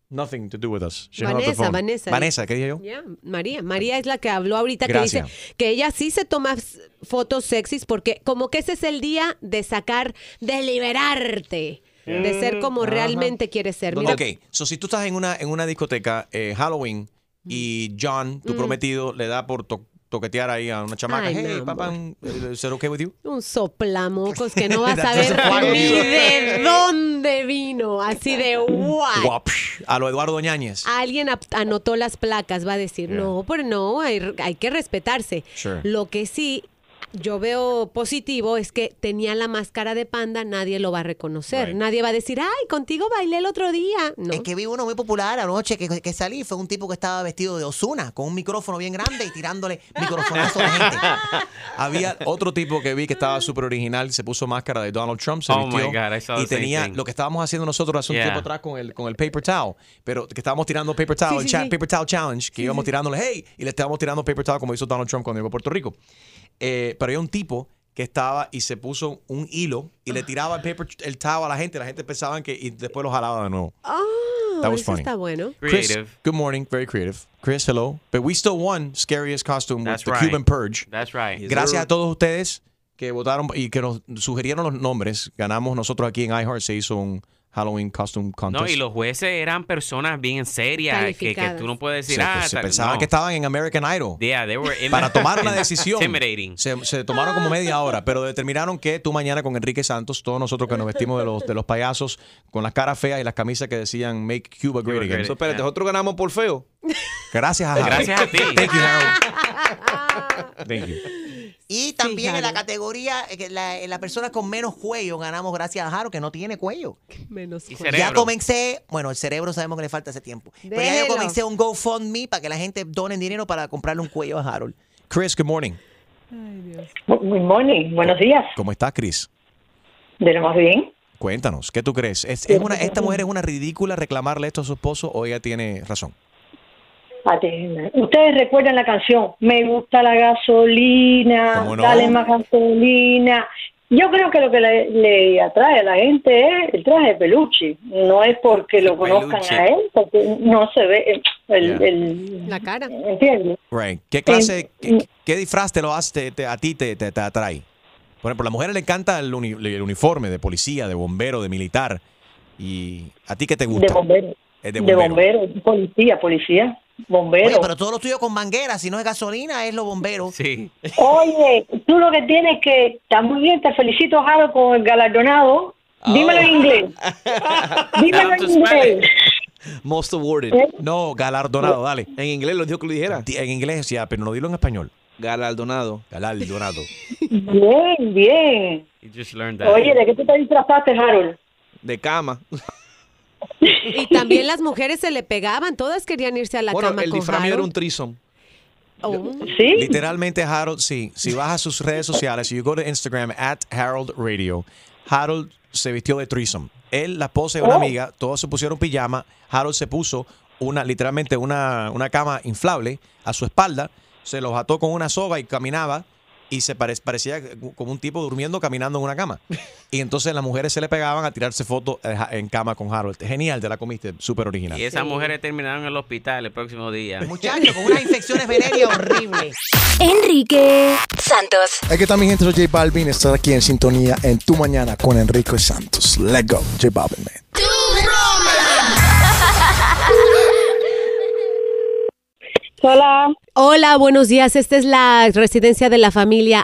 S3: nothing to do with us. She hung up the
S5: Vanessa,
S3: phone.
S5: Vanessa.
S3: Vanessa, ¿qué dije yo?
S5: Yeah, María, María es la que habló ahorita que
S3: Gracias.
S5: dice que ella sí se toma s- fotos sexys porque como que ese es el día de sacar, de liberarte, de ser como
S3: Ajá.
S5: realmente quieres ser. Mira,
S3: Ok, so si tú estás en una, en una discoteca eh, Halloween y John, tu
S5: Mm.
S3: prometido, le da por to- toquetear ahí a una chamaca.
S5: Ay,
S3: hey,
S5: mi
S3: papá, eh, ¿is it okay with you?
S5: Un soplamocos que no vas a
S3: That
S5: ver
S3: doesn't fuck
S5: ni
S3: you.
S5: de dónde vino, así de guay.
S3: Guapsh, A lo Eduardo Ñañez.
S5: Alguien ap- anotó las placas, va a decir, no, pero no, hay, hay que respetarse.
S3: Sure.
S5: Lo que sí yo veo positivo es que tenía la máscara de panda, nadie lo va a reconocer, nadie va a decir, ay, contigo bailé el otro día. No.
S22: Es que vi uno muy popular anoche que, que salí. Fue un tipo que estaba vestido de Osuna, con un micrófono bien grande y tirándole microfonazo a la gente.
S3: Había otro tipo que vi que estaba súper original, se puso máscara de Donald Trump, se
S7: Oh
S3: vistió,
S7: my God, I saw the
S3: y
S7: same
S3: tenía
S7: thing.
S3: lo que estábamos haciendo nosotros hace un
S7: Yeah.
S3: tiempo atrás con el, con el paper towel, pero que estábamos tirando paper towel,
S7: Sí,
S3: el
S7: sí,
S3: chat
S7: sí.
S3: paper towel challenge, que
S7: Sí,
S3: íbamos
S7: sí.
S3: tirándole, hey, y le estábamos tirando paper towel como hizo Donald Trump cuando llegó a Puerto Rico. Eh, pero había un tipo que estaba y se puso un hilo y le tiraba el paper el towel a la gente, la gente pensaban que y después lo jalaba de nuevo.
S5: Ah,
S3: That was
S5: eso
S3: funny.
S5: está bueno.
S3: Chris, good morning, very creative. Chris, hello. But we still won scariest costume
S7: That's
S3: with
S7: right.
S3: the Cuban Purge.
S7: That's right.
S3: Gracias a todos ustedes que votaron y que nos sugirieron los nombres. Ganamos nosotros aquí en iHeart. Se hizo un Halloween Costume Contest.
S7: No, y los jueces eran personas bien serias que, que tú no puedes
S3: Se-
S7: decir, ah,
S3: se
S7: tal-
S3: pensaban
S7: no.
S3: que estaban en American Idol.
S7: Yeah, they were in-
S3: Para tomar una decisión.
S7: Intimidating.
S3: Se, se tomaron como media hora, pero determinaron que tú mañana con Enrique Santos, todos nosotros que nos vestimos de los, de los payasos, con las caras feas y las camisas que decían Make Cuba Great Again.
S6: So, espérate, nosotros ganamos por feo.
S7: Pues
S3: Gracias a Harold.
S6: Gracias a ti.
S3: Thank you, Harold. Thank you.
S22: Y también en la
S5: Fíjate.
S22: categoría, eh, que la, en la persona con menos cuello ganamos gracias a Jaro, que no tiene cuello.
S5: Menos
S22: Ya
S5: cuello.
S22: comencé, bueno, el cerebro sabemos que le falta ese tiempo. Pero ya yo
S5: Déjelo.
S22: comencé un GoFundMe para que la gente done dinero para comprarle un cuello a Harold.
S3: Chris, good morning.
S17: Good morning, buenos días.
S3: ¿Cómo estás, Chris?
S17: De lo más bien.
S3: Cuéntanos, ¿qué tú crees? ¿Es, es una, ¿Esta mujer es una ridícula reclamarle esto a su esposo o ella tiene razón?
S17: Atiende. Ustedes recuerdan la canción, me gusta la gasolina,
S3: ¿Cómo no?
S17: dale más gasolina. Yo creo que lo que le, le atrae a la gente es el traje de peluche. No es porque lo conozcan
S3: peluche.
S17: a él, porque no se ve el, el-
S3: Yeah.
S17: el-
S5: la cara.
S17: ¿Entiendes?
S3: Right.
S17: Eh,
S3: ¿Qué clase,
S17: mm.
S3: qué, qué disfraz te lo hace, te- te- a ti te, te- te atrae? Por ejemplo, a la mujer le encanta el, uni- el uniforme de policía, de bombero, de militar. ¿Y a ti qué te gusta?
S17: De bombero.
S3: Es
S17: De bombero, policía, policía, bombero.
S22: Oye, pero todo lo tuyo con manguera, si no es gasolina, es los bomberos.
S7: Sí.
S17: Oye, tú lo que tienes que está muy bien, te felicito, Jaro, con el galardonado.
S3: Ah,
S17: Dímelo en inglés. Dímelo en inglés.
S3: Most awarded.
S17: ¿Eh?
S3: No, galardonado, dale. En inglés lo dijo que lo dijera. En inglés, ya, pero no dilo en español. Galardonado. Galardonado.
S17: Bien, bien.
S7: You just learned that.
S17: Oye, ¿de qué tú te disfrazaste, Harold?
S6: De cama.
S5: Y también las mujeres se le pegaban, todas querían irse a la
S6: bueno,
S5: cama
S6: el
S5: con
S6: disfraz mío era un
S5: Harold.
S6: trison.
S5: Oh.
S3: Literalmente, Harold, sí. Si vas a sus redes sociales, si you go to Instagram, at Harold Radio, Harold se vistió de threesome. Él, la esposa de una
S21: Oh.
S3: amiga, todos se pusieron pijama. Harold se puso una, literalmente, una, una cama inflable a su espalda. Se los ató con una soga y caminaba. Y se pare- parecía como un tipo durmiendo, caminando en una cama. Y entonces las mujeres se le pegaban a tirarse fotos eh, ja- en cama con Harold. Genial, te la comiste, súper original.
S7: Y esas mujeres terminaron en el hospital el próximo día.
S22: Muchachos, con unas infecciones venéreas horribles.
S2: Enrique Santos.
S23: Aquí está mi gente, soy J Balvin, estar aquí en sintonía en Tu Mañana con Enrique Santos. Let's go, J Balvin, man.
S5: Hola. Hola, buenos días. Esta es la residencia de la familia.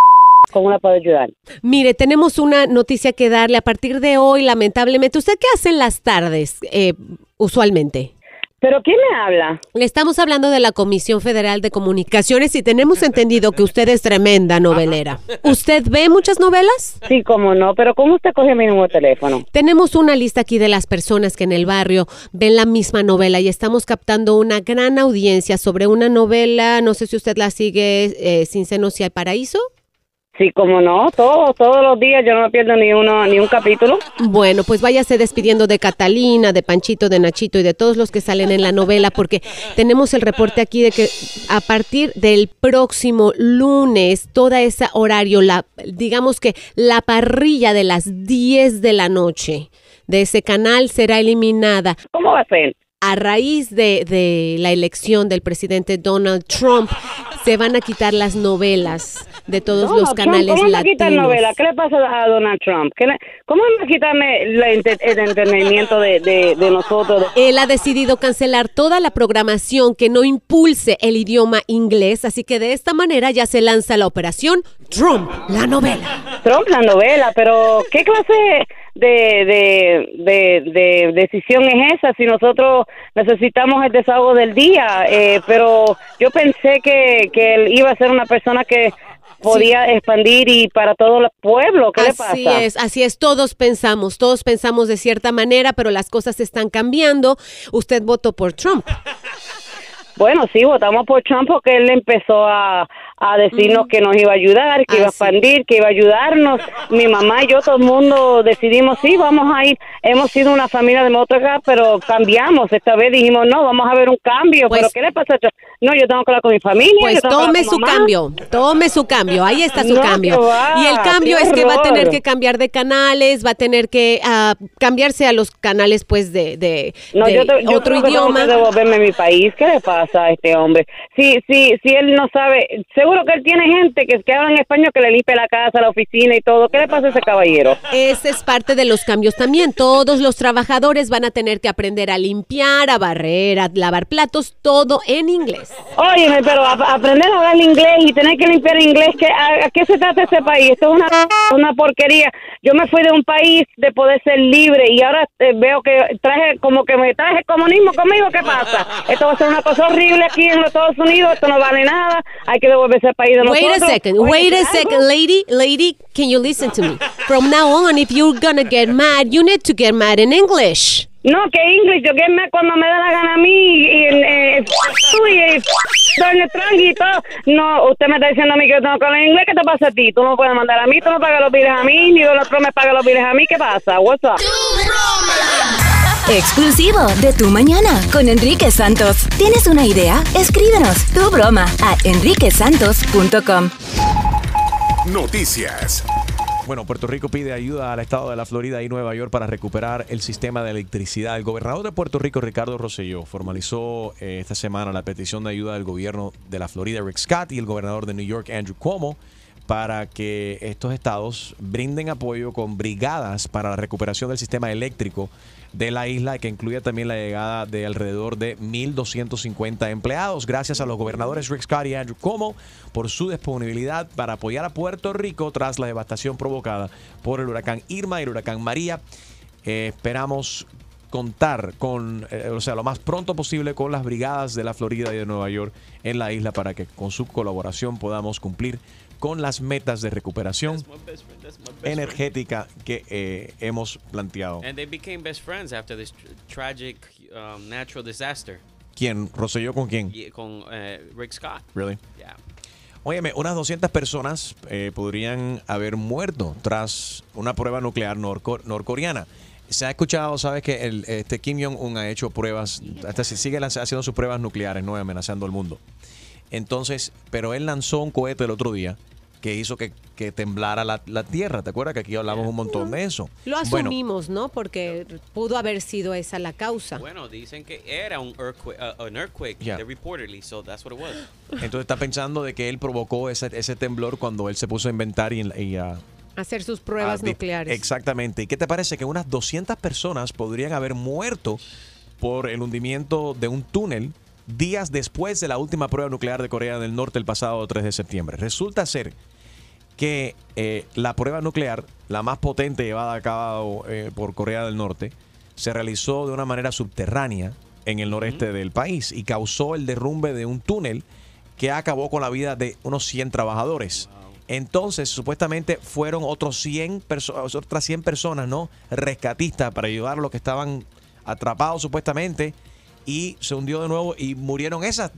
S17: ¿Cómo la puedo ayudar?
S5: Mire, tenemos una noticia que darle a partir de hoy, lamentablemente. ¿Usted qué hace en las tardes, eh, usualmente?
S17: ¿Pero quién le habla?
S5: Le estamos hablando de la Comisión Federal de Comunicaciones y tenemos entendido que usted es tremenda novelera. ¿Usted ve muchas novelas?
S17: Sí, cómo no, pero ¿cómo usted coge mi número de teléfono?
S5: Tenemos una lista aquí de las personas que en el barrio ven la misma novela y estamos captando una gran audiencia sobre una novela, no sé si usted la sigue, eh, Sin Senos y el Paraíso.
S17: Sí, cómo no, todos, todos los días yo no me pierdo ni uno, ni un capítulo.
S5: Bueno, pues váyase despidiendo de Catalina, de Panchito, de Nachito y de todos los que salen en la novela, porque tenemos el reporte aquí de que a partir del próximo lunes, toda ese horario, la, digamos que la parrilla de las 10 de la noche de ese canal será eliminada.
S17: ¿Cómo va a ser?
S5: A raíz de, de la elección del presidente Donald Trump, se van a quitar las novelas de todos los
S17: Donald Trump,
S5: canales
S17: ¿Cómo me
S5: latinos.
S17: quitan novela? ¿Qué le pasa a Donald Trump? ¿Qué le- ¿Cómo me quitarme el, eh, ente- el entretenimiento de, de- de nosotros?
S5: Él ha decidido cancelar toda la programación que no impulse el idioma inglés, así que de esta manera ya se lanza la operación Trump, la novela.
S17: Trump, la novela, pero ¿qué clase de, de, de- de decisión es esa si nosotros necesitamos el desahogo del día? Eh, pero yo pensé que, que él iba a ser una persona que podía expandir y para todo el pueblo. ¿Qué
S5: así
S17: le pasa?
S5: es, así es, todos pensamos, todos pensamos de cierta manera, pero las cosas están cambiando. Usted votó por Trump.
S17: Bueno, sí, votamos por Trump porque él empezó a, a decirnos que nos iba a ayudar, que iba a expandir, que iba a ayudarnos. Mi mamá y yo, todo el mundo decidimos, sí, vamos a ir. Hemos sido una familia de motorcar, pero cambiamos. Esta vez dijimos, no, vamos a ver un cambio. ¿Pero qué le pasa a Trump? No, yo tengo que hablar con mi familia.
S5: Pues
S17: yo tengo que hablar
S5: tome
S17: con
S5: su
S17: mamá.
S5: cambio, tome su cambio, ahí está su
S17: No,
S5: cambio.
S17: qué va,
S5: y el cambio
S17: qué
S5: es que va a
S17: horror.
S5: tener que cambiar de canales, va a tener que ah, cambiarse a los canales pues de, de-
S17: No,
S5: de
S17: yo, te- yo
S5: otro
S17: creo que tengo
S5: idioma.
S17: que devolverme a mi país. ¿Qué le pasa a este hombre? Si, si, si él no sabe, seguro que él tiene gente que, que habla en español que le limpia la casa, la oficina y todo. ¿Qué le pasa a ese caballero?
S5: Ese es parte de los cambios también. Todos los trabajadores van a tener que aprender a limpiar, a barrer, a lavar platos, todo en inglés.
S17: Óyeme, pero a- aprender a hablar inglés y tener que limpiar inglés, ¿qué, a, a qué se trata este país? Esto es una, una porquería. Yo me fui de un país de poder ser libre y ahora eh, veo que traje como que me traje comunismo conmigo. ¿Qué pasa? Esto va a ser una cosa horrible aquí en los Estados Unidos. Esto no vale nada. Hay que devolver de ese país de
S5: Wait
S17: nosotros.
S5: a second,
S17: Oye,
S5: wait a
S17: claro.
S5: second, lady, lady, can you listen to me? From now on, if you're gonna get mad, you need to get mad in English.
S17: No, que English, yo que me cuando me da la gana a mí y en eh, f- tú y eh, f- Donald Trump y todo. No, usted me está diciendo a mí que yo tengo que hablar inglés. ¿Qué te pasa a ti? Tú no me puedes mandar a mí, tú no pagas los biles a mí, ni Donald Trump me paga los biles a mí. ¿Qué pasa? What's up?
S2: Exclusivo de Tu Mañana con Enrique Santos. ¿Tienes una idea? Escríbenos tu broma a enriquesantos.com.
S3: Noticias. Bueno, Puerto Rico pide ayuda al estado de la Florida y Nueva York para recuperar el sistema de electricidad. El gobernador de Puerto Rico, Ricardo Rosselló, formalizó eh, esta semana la petición de ayuda del gobierno de la Florida, Rick Scott, y el gobernador de New York, Andrew Cuomo, para que estos estados brinden apoyo con brigadas para la recuperación del sistema eléctrico de la isla, que incluya también la llegada de alrededor de 1.250 empleados. Gracias a los gobernadores Rick Scott y Andrew Cuomo por su disponibilidad para apoyar a Puerto Rico tras la devastación provocada por el huracán Irma y el huracán María. Eh, esperamos contar con, eh, o sea, lo más pronto posible con las brigadas de la Florida y de Nueva York en la isla para que con su colaboración podamos cumplir con las metas de recuperación energética que eh, hemos planteado.
S7: And they became best friends after this tr- tragic um, natural disaster.
S3: ¿Quién? ¿Roselló con quién?
S7: Ye- Con eh, Rick Scott.
S3: Really?
S7: Yeah.
S3: Óyeme, unas 200 personas eh, podrían haber muerto tras una prueba nuclear norco- norcoreana. Se ha escuchado, sabes que el, este Kim Jong-un ha hecho pruebas, hasta si sigue lanz- haciendo sus pruebas nucleares, no amenazando al mundo. Entonces, pero él lanzó un cohete el otro día que hizo que, que temblara la, la Tierra. ¿Te acuerdas que aquí hablamos un montón de eso?
S5: Lo
S3: Bueno,
S5: asumimos, ¿no? Porque pudo haber sido esa la causa.
S7: Bueno, dicen que era un earthquake, uh, an earthquake
S3: Yeah.
S7: they reportedly, so that's what it was.
S3: entonces está pensando de que él provocó ese, ese temblor cuando él se puso a inventar y, y a
S5: Hacer sus pruebas
S3: Ah, di-
S5: nucleares.
S3: Exactamente. ¿Y qué te parece que unas 200 personas podrían haber muerto por el hundimiento de un túnel días después de la última prueba nuclear de Corea del Norte el pasado 3 de septiembre? Resulta ser que eh, la prueba nuclear, la más potente llevada a cabo eh, por Corea del Norte, se realizó de una manera subterránea en el noreste del país y causó el derrumbe de un túnel que acabó con la vida de unos 100 trabajadores. Entonces, supuestamente fueron otros 100 personas, otras 100 personas, ¿no? Rescatistas para ayudar a los que estaban atrapados supuestamente y se hundió de nuevo y murieron esas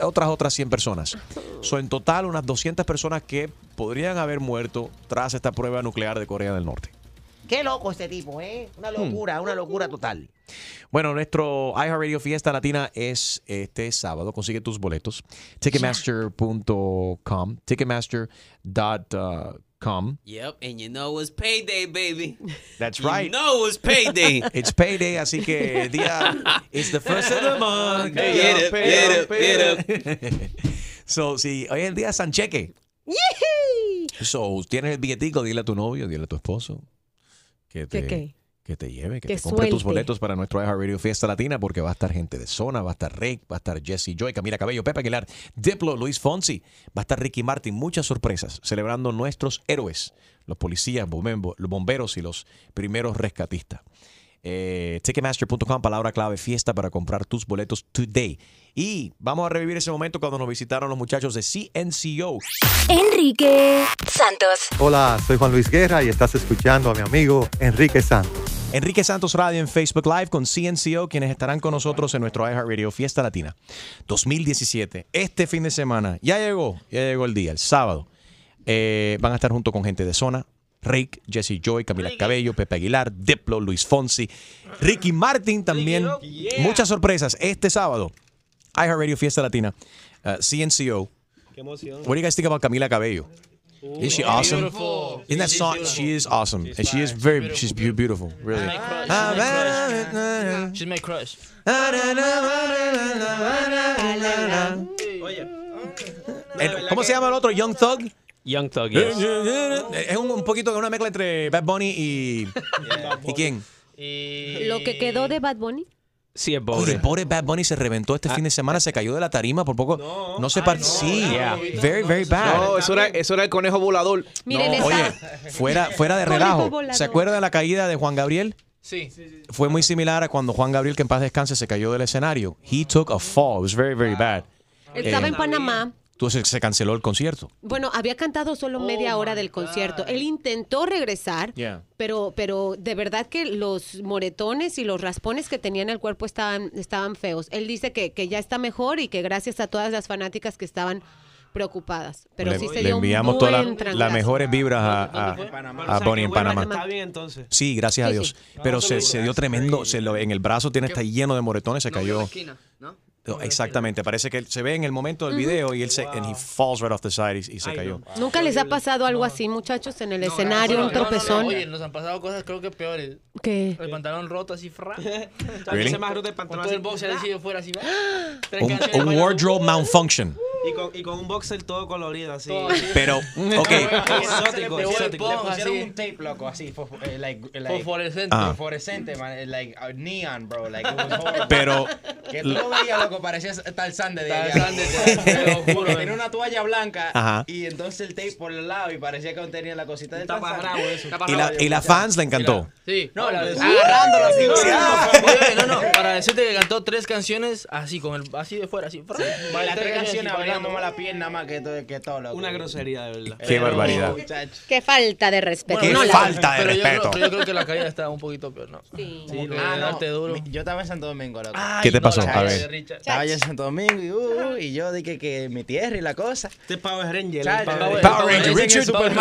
S3: otras otras 100 personas. So, en total unas 200 personas que podrían haber muerto tras esta prueba nuclear de Corea del Norte.
S8: Qué loco este tipo, ¿eh? Una locura, una locura total.
S3: Bueno, nuestro iHeartRadio Fiesta Latina es este sábado. Consigue tus boletos. Ticketmaster.com. Ticketmaster.com.
S7: Yep, and you know it's payday, baby.
S3: That's
S7: You
S3: right.
S7: know it's payday.
S3: It's payday, así que día. It's the first of the month.
S7: Hey, get up, get up,
S3: so, si hoy es el día de San Cheque. So, tienes el billetico, dile a tu novio, dile a tu esposo que
S5: ¿Qué,
S3: te,
S5: qué?
S3: que te lleve, que,
S5: Que
S3: te compre tus
S5: suelte.
S3: boletos para nuestro iHeartRadio Fiesta Latina, porque va a estar gente de zona, va a estar Rick, va a estar Jesse Joy, Camila Cabello, Pepe Aguilar, Diplo, Luis Fonsi, va a estar Ricky Martin, muchas sorpresas, celebrando nuestros héroes, los policías, bombo- los bomberos y los primeros rescatistas. Eh, Ticketmaster.com, palabra clave fiesta para comprar tus boletos today. Y vamos a revivir ese momento cuando nos visitaron los muchachos de CNCO.
S2: Enrique Santos.
S9: Hola, soy Juan Luis Guerra y estás escuchando a mi amigo Enrique Santos.
S3: Enrique Santos Radio en Facebook Live con CNCO, quienes estarán con nosotros en nuestro iHeartRadio Fiesta Latina 2017. Este fin de semana ya llegó, ya llegó el día, el sábado. Eh, van a estar junto con gente de zona. Rick, Jesse Joy, Camila Cabello, Pepe Aguilar, Diplo, Luis Fonsi, Ricky Martin también. Muchas sorpresas este sábado. iHeartRadio Fiesta Latina, uh, CNCO.
S6: Qué emoción. Uh,
S3: What do you guys think about Camila Cabello? Is she awesome? Isn't that song? She is awesome, and she is very. She's beau- beautiful, really. Ah,
S11: She's my crush.
S3: Eh, ¿Cómo se llama el otro? Young Thug. Eh,
S13: Young Thug, yes.
S3: Es un, un poquito una mezcla entre Bad Bunny y y quién. eh,
S5: Lo que quedó de Bad Bunny.
S13: Sí, es Ah.
S3: Oye, el pobre Bad Bunny se reventó este fin de semana, se cayó de la tarima por poco. No, se par... Sí, very very bad.
S6: No, eso era, eso era el conejo volador.
S5: Miren, esta-
S3: Oye, fuera fuera de
S6: Conejo
S3: relajo.
S6: volador.
S3: ¿Se acuerdan la caída de Juan Gabriel?
S11: Sí.
S3: fue muy similar a cuando Juan Gabriel, que en paz descanse, se cayó del escenario. He took a fall. It was very, very bad.
S5: Estaba
S3: Eh,
S5: en Panamá
S3: Entonces se canceló el concierto.
S5: Bueno, había cantado solo media
S3: Oh
S5: hora del concierto. Él intentó regresar,
S3: Yeah.
S5: pero, pero de verdad que los moretones y los raspones que tenía en el cuerpo estaban, estaban feos. Él dice que, que ya está mejor y que gracias a todas las fanáticas que estaban preocupadas. Pero
S3: le,
S5: sí se
S3: le
S5: dio un
S3: enviamos todas
S5: buen
S3: la- las
S5: trancazo.
S3: mejores vibras a, a, a Bonnie en Panamá.
S12: Está bien entonces.
S3: Sí, gracias a Dios. Pero se, se dio tremendo. Se lo- en el brazo tiene está lleno de moretones. Se cayó. No, Exactamente. Parece que él- se ve en el momento del
S5: Ujú.
S3: video y él se and he falls right off the side y, y se cayó.
S5: ¿Nunca les ha pasado algo así, muchachos, en el escenario, un tropezón?
S11: Oye, nos han pasado cosas creo que peores.
S5: ¿Qué?
S11: El pantalón roto así, fra.
S3: Really?
S11: Se me agarró de pantalón. el boxer así yo fuera así. Tres
S3: Un,
S11: canciones
S3: un
S11: bailando.
S3: wardrobe malfunction.
S12: Y con, y con un boxer todo colorido así.
S3: Pero, ok.
S11: Exótico,
S12: Le
S11: exótico.
S12: pusieron
S11: así.
S12: un tape, loco, así. fosfo- eh, like, eh, like-
S11: Fosforescente.
S3: Ah.
S12: Fosforescente, man. eh, Like uh, neon, bro. Like, it was horrible.
S3: Pero-
S12: Que tú lo veías, loco, parecía Tarzán de allá.
S11: Tarzán de allá, te lo juro,
S12: Tenía
S11: man.
S12: una toalla blanca
S3: Ajá.
S12: y entonces el tape por el lado y parecía que tenía la cosita del
S11: Tapa
S12: Tarzán.
S11: rabo eso.
S3: Y la, y la fans le encantó.
S11: Sí. Ah,
S12: No, la de-
S11: agarrándolo así.
S12: Sí.
S11: Oye, No, no, para decirte que cantó tres canciones así, con el así de fuera, así.
S12: Más las tres canciones hablando más
S11: la
S12: la pierna más que todo, que todo loco.
S11: Una grosería, de verdad.
S3: Qué barbaridad.
S5: Qué falta de respeto.
S3: Qué
S5: No, la-
S3: falta de
S11: pero yo creo-
S3: respeto.
S11: pero yo creo que la caída estaba un poquito peor, ¿no? Sí.
S12: Sí,
S11: que
S12: ah, no,
S11: darte duro.
S12: mi- Yo estaba en Santo Domingo, loco.
S11: Ay,
S3: ¿Qué te
S11: no,
S3: pasó?
S11: la
S3: A
S11: caída
S3: ver.
S11: de Richard.
S12: Estaba yo en Santo Domingo y, uh, uh, y yo dije que mi tierra y la cosa. Este Power Ranger.
S11: el Power-
S3: Power Ranger, Richard, Richard the Power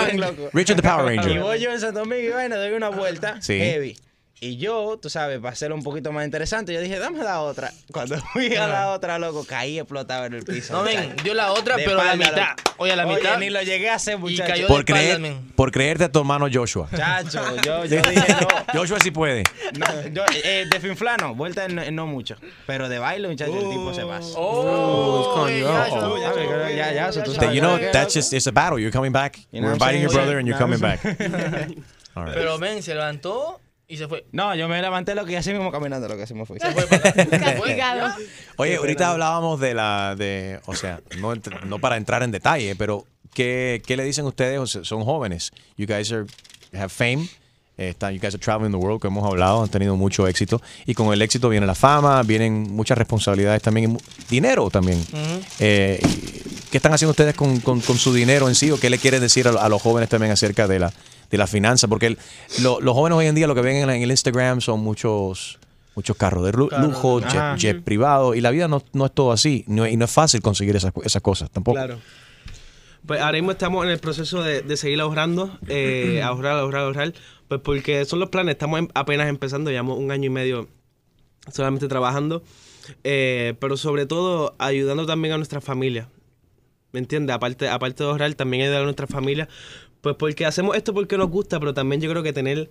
S12: Y
S3: Ranger. Ah,
S12: voy yo en Santo Domingo y bueno, doy una vuelta
S3: Sí.
S12: heavy. Y yo, tú sabes, para hacerlo un poquito más interesante, yo dije, dame la otra. Cuando fui a la otra, loco, caí explotado en el piso.
S11: Ah. No, men,
S12: muchacho.
S11: dio la otra,
S12: De
S11: pero la
S12: espalda,
S11: mitad.
S12: loco.
S11: Oye, la mitad.
S12: ni lo llegué a hacer, muchacho.
S11: cayó
S3: Por,
S11: de espaldas,
S3: creer,
S11: men.
S3: por creerte a tu hermano Joshua.
S12: Chacho, yo, yo dije, no.
S3: Joshua sí puede.
S12: No, yo, eh, de finflano, vuelta no, no mucho. Pero de baile, muchacho, el tipo se pasa.
S11: Oh,
S12: Uy,
S11: ya,
S12: coño.
S11: ya,
S12: Ah, pero ya, ya, eso tú
S3: That,
S12: sabes.
S3: you know, that's just, it's a battle. You're coming back.
S12: know
S3: We're
S12: what I'm
S3: inviting your
S12: saying?
S3: brother and you're
S12: Nah,
S3: coming
S12: I'm
S3: back. All right.
S11: Pero, men, se levantó y se fue.
S12: No, yo me levanté lo que así mismo caminando, lo que se me fue.
S5: Castigado.
S3: Oye, ahorita hablábamos de la, de, o sea, no, entr- no para entrar en detalle, pero ¿qué, qué le dicen ustedes? O sea, son jóvenes. You guys are, have fame. Eh, Están, you guys are traveling the world, que hemos hablado, han tenido mucho éxito. Y con el éxito viene la fama, vienen muchas responsabilidades también, y mu- dinero también. Eh, ¿Qué están haciendo ustedes con, con- con su dinero en sí? ¿O qué le quieren decir a, a los jóvenes también acerca de la, de la finanza? Porque el- lo- los jóvenes hoy en día lo que ven en, la- en el Instagram son muchos muchos carros de lu-
S11: Carros.
S3: lujo,
S11: Ajá.
S3: jet, jet privado, y la vida no, no es todo así, no- y no es fácil conseguir esas, esas cosas tampoco.
S11: Claro.
S12: Pues ahora mismo estamos en el proceso de, de seguir ahorrando, eh, ahorrar, ahorrar, ahorrar. Pues porque son los planes, estamos em- apenas empezando, llevamos un año y medio solamente trabajando. eh, pero sobre todo ayudando también a nuestra familia. ¿Me entiendes? Aparte, aparte de ahorrar, también ayudar a nuestra familia. Pues porque hacemos esto porque nos gusta, pero también yo creo que tener,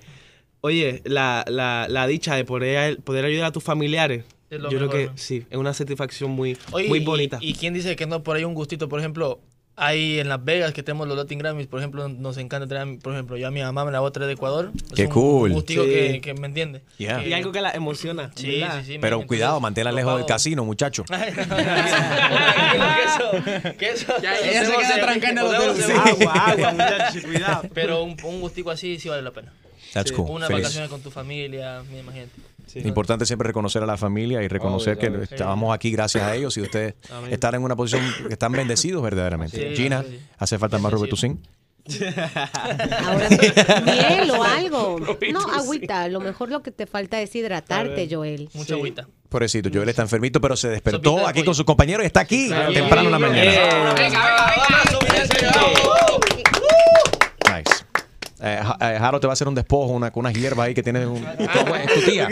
S12: oye, la, la, la dicha de poder, poder ayudar a tus familiares. Yo
S11: Es lo
S12: creo
S11: mejor,
S12: que
S11: ¿no?
S12: sí, es una satisfacción muy,
S11: Oye,
S12: muy
S11: y-
S12: bonita.
S11: Y, quién dice que no por ahí un gustito? Por ejemplo, hay en Las Vegas que tenemos los Latin Grammys, por ejemplo, nos encanta traer, por ejemplo, yo a mi mamá me la voy a traer de Ecuador. Es
S3: Qué
S11: un
S3: cool.
S11: gustico
S12: Sí.
S11: que, que me entiende.
S3: Yeah.
S12: Y algo que la emociona.
S11: Sí,
S12: ¿verdad?
S11: sí, sí.
S3: Pero
S11: men,
S3: cuidado,
S11: entonces,
S3: manténla
S11: lo
S3: lejos del
S11: pago.
S3: casino, muchacho.
S11: Tranquilo, que eso, que eso.
S12: ella se
S11: podemos
S12: queda
S11: hacer-
S12: trancada en el
S11: podemos
S12: hotel.
S11: hacer-
S12: Agua, agua, muchachos, cuidado.
S11: Pero un, un gustico así sí vale la pena.
S3: That's cool.
S11: Unas
S3: Feliz.
S11: vacaciones con tu familia, me imagino.
S3: Importante siempre reconocer a la familia y reconocer
S11: Obvio,
S3: que
S11: obvio.
S3: estamos aquí gracias a ellos y ustedes
S11: Amén.
S3: están en una posición que están bendecidos verdaderamente.
S11: Sí,
S3: Gina,
S11: sí.
S3: hace falta más Roberto Sin.
S5: Ahora sí, miel o algo. No, agüita. Lo mejor lo que te falta es hidratarte, Joel.
S11: Mucha agüita.
S3: Pobrecito, Joel está enfermito, pero se
S11: Sopita
S3: despertó
S11: de
S3: aquí
S11: pollo.
S3: con sus compañeros y está aquí
S11: Claro.
S3: temprano en la mañana. Nice. Eh, Ja- eh, Jaro te va a hacer un despojo, una, con unas hierbas ahí que tiene un, es tu tía.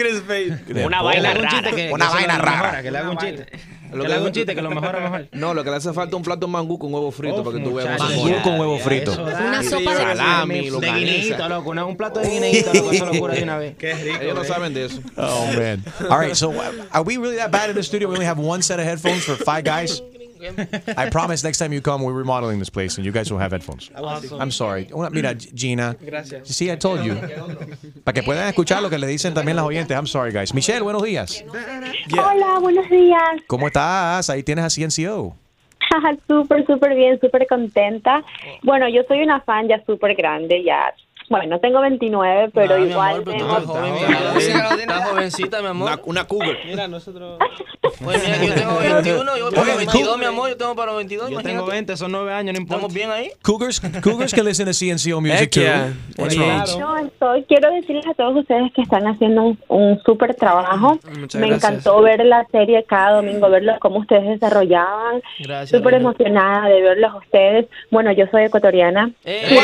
S12: Una
S3: vaina
S12: rara.
S3: Una vaina rara.
S12: Que le haga un chiste.
S6: Lo
S12: Que le haga un chiste, que lo mejora mejor. Oh,
S6: No, lo que le hace falta es un plato de mangú con huevo frito para que tú veas.
S12: muchacho.
S3: Mangú con huevo frito.
S12: Una
S6: sopa de- Salami,
S12: De
S6: longaniza.
S12: guineíto, loco. una- Un plato de guineíto, loco. Eso lo cura de una vez. Qué rico.
S6: Ellos no saben de eso.
S3: Oh man. All right, so uh, are we really that bad in the studio? We only have one set of headphones for five guys. I promise next time you come, we're remodeling this place and you guys will have headphones.
S12: Awesome.
S3: I'm sorry. Una- Mira, G- Gina.
S12: Gracias.
S3: See, I told you. Para que puedan escuchar lo que le dicen también las oyentes. I'm sorry, guys. Michelle, buenos días.
S4: Hola, buenos días.
S3: ¿Cómo estás? Ahí tienes a CNCO.
S4: Ajá, súper, súper bien, súper contenta. Bueno, yo soy una fan ya súper grande, ya Bueno, tengo 29, pero
S11: Nah, mi
S4: igual.
S11: amor, pero
S4: tengo-
S11: tú estás joven, mi amor.
S4: Sí, no
S11: Estás jovencita, mi amor.
S6: Una cougar.
S11: Mira, nosotros. Oye, mira, yo tengo 21, yo voy para los 22, mi amor. Yo tengo para los 22,
S12: Yo
S11: imagínate.
S12: tengo 20, son 9 años, no importa.
S11: ¿Estamos bien ahí?
S3: Cougars, cougars can listen to CNCO music
S12: Heck
S3: too.
S12: yeah.
S3: What's
S12: Any
S3: wrong?
S12: age.
S4: No, estoy, quiero decirles a todos ustedes que están haciendo un, un súper trabajo.
S12: Muchas
S4: Me
S12: gracias.
S4: encantó ver la serie cada domingo, verlos cómo ustedes desarrollaban.
S11: Gracias,
S4: Súper
S11: reina.
S4: emocionada de verlos a ustedes. Bueno, yo soy ecuatoriana.
S11: ¡Eh!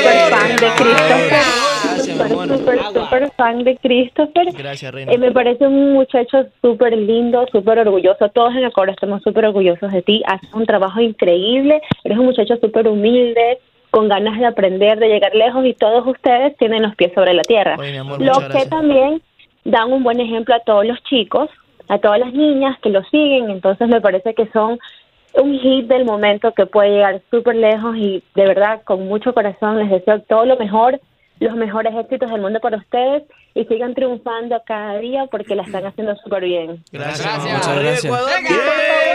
S4: Súper fan de Christopher.
S11: Gracias, mi amor.
S4: Súper, súper fan de Christopher.
S11: Gracias, reina.
S4: Eh, me parece un muchacho súper lindo, súper orgulloso. Todos en el coro estamos súper orgullosos de ti. Haces un trabajo increíble. Eres un muchacho súper humilde, con ganas de aprender, de llegar lejos y todos ustedes tienen los pies sobre la tierra.
S11: Oye, mi amor,
S4: Lo
S11: muchas
S4: que
S11: gracias.
S4: también dan un buen ejemplo a todos los chicos, a todas las niñas que lo siguen. Entonces me parece que son un hit del momento que puede llegar súper lejos y de verdad con mucho corazón les deseo todo lo mejor, los mejores éxitos del mundo para ustedes y sigan triunfando cada día porque la están haciendo súper bien.
S11: Gracias,
S4: Muchas gracias.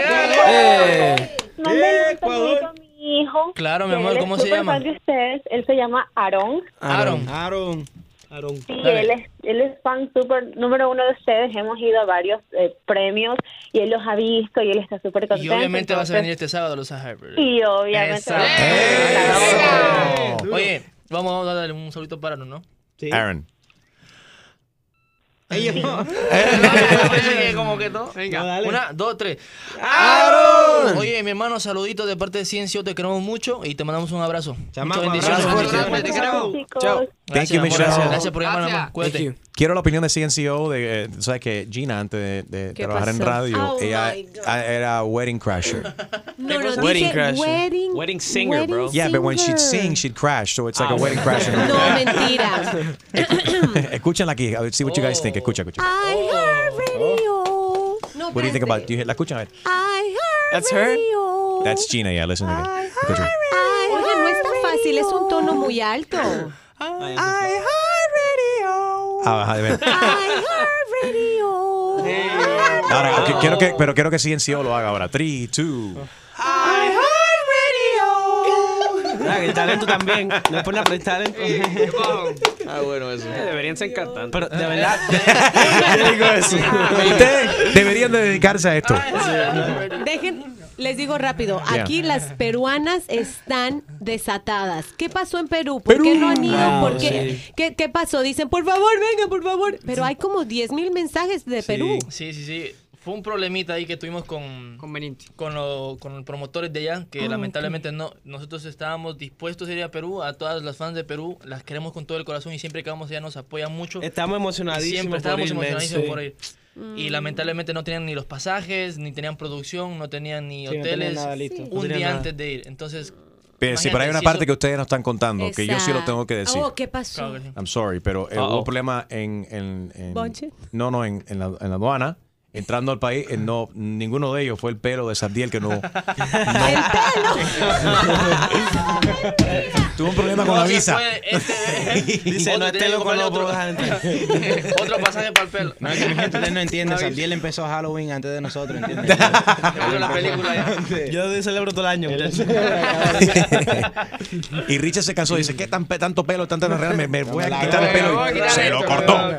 S4: Mándenle
S12: Eh.
S4: un saludito a mi hijo.
S11: Claro, mi
S4: que
S11: amor,
S4: él es
S11: ¿cómo se
S4: súper
S11: llama?
S4: fan de ustedes. Él se llama Aarón.
S11: Aaron.
S10: Aaron. Aaron.
S4: Sí, él es, él es fan súper número uno de ustedes. Hemos ido a varios eh, premios y él los ha visto y él está súper contento.
S11: Y obviamente vas a venir
S4: entonces-
S11: este sábado a los Harvard.
S4: Sí, obviamente.
S11: Esa.
S4: vas a
S19: Eh.
S11: Eso. Oye, vamos, vamos a darle un saludito para Aaron, ¿no? Sí.
S3: Aaron.
S11: como que todo.
S12: Venga,
S11: Venga,
S12: dale.
S11: una, dos, tres. Oye, mi hermano, saluditos de parte de Ciencio, te queremos mucho y te mandamos un abrazo. Muchas bendiciones.
S3: Chao. Thank
S11: Gracias,
S3: you,
S11: amor.
S3: Michelle.
S11: Gracias. Gracias por llamar, amor. Cuídate.
S3: Quiero la opinión de CNCO de, eh, sabes que Gina antes de, de
S5: ¿Qué
S3: trabajar en
S5: pasó?
S3: radio,
S5: Oh,
S3: ella
S5: my God.
S3: a- era wedding crasher.
S5: No, no,
S3: Wedding
S5: dije
S3: crasher.
S5: wedding,
S13: Wedding singer,
S5: wedding
S13: bro.
S3: Yeah, but when she'd
S5: singer. Ah.
S3: sing, she'd crash, so it's like a wedding crasher.
S5: No, mentira.
S3: Escúchenla aquí, a ver, see what you guys think. Escucha, escucha.
S5: I heard radio. No,
S3: What do you think
S5: espérate.
S3: about? Do you, la escuchan a ver.
S5: I heard
S3: That's her?
S5: radio.
S3: That's Gina, yeah, listen again. Escucha.
S5: Oye, no es tan fácil, es un tono muy alto. I heard
S3: Ah, ajá, de ver.
S5: radio. I heard radio.
S3: Ahora, que- quiero que, pero quiero que CNCO lo haga ahora. 3, 2,
S10: Claro, el talento también. No es por nada, pero el talento. Eh,
S6: Ah, bueno, eso.
S13: Deberían ser cantantes.
S10: Pero de verdad. eh,
S3: Yo digo eso. Ustedes deberían de dedicarse a esto.
S5: Dejen, les digo rápido,
S3: Yeah.
S5: aquí las peruanas están desatadas. ¿Qué pasó en Perú? ¿Por qué no han ido?
S12: Wow,
S5: ¿Por qué, qué, qué pasó? Dicen, por favor, venga, por favor. Pero hay como 10 mil mensajes de Perú.
S11: Sí, sí, sí. Fue un problemita ahí que tuvimos con con, lo- con los promotores de allá, que
S13: Ah,
S11: lamentablemente no nosotros estábamos dispuestos a ir a Perú, a todas las fans de Perú, las queremos con todo el corazón y siempre que vamos allá nos apoyan mucho.
S10: Estamos emocionadísimos
S11: Siempre
S10: por
S11: estábamos
S10: ir, men,
S11: emocionadísimos
S10: sí.
S11: por ir. Y lamentablemente no tenían ni los pasajes, ni tenían producción, no tenían ni
S10: Sí, no tenían
S11: hoteles
S10: nada listo. No
S11: un
S10: tenían
S11: día
S10: nada.
S11: antes de ir. Entonces,
S3: Pero sí, pero
S11: imagínate,
S3: hay una
S11: si
S3: parte
S11: eso-
S3: que ustedes no están contando, que yo sí lo tengo que decir.
S5: Oh, ¿qué pasó?
S3: I'm sorry, pero eh, hubo un problema en... en, en-
S5: Bonche.
S3: no, no, en, en la, en la aduana. Entrando al país, eh, no, ninguno de ellos fue el pelo de Sardiel que no... no. Tuvo un problema con
S11: No,
S3: la
S11: se
S3: visa.
S11: fue
S19: pues, eh,
S11: este-
S12: Dice,
S11: Otro,
S12: no, este
S11: tenía que
S12: loco
S11: comprarle
S12: no lo
S11: otro.
S12: puedo dejar
S11: Otro pasaje para el pelo.
S12: No, es que mi gente, ustedes no entienden. Sandiel empezó Halloween antes de nosotros, ¿entienden?
S11: la película. ¿eh?
S12: Yo celebro todo el año.
S3: y Richard se casó y dice, ¿qué tan, pe- tanto pelo, tanta real? Me, me voy a
S12: la
S3: quitar el
S12: voy, me
S3: pelo.
S12: voy a
S3: Y
S12: quitar
S3: se
S12: esto,
S3: lo
S12: me
S3: cortó.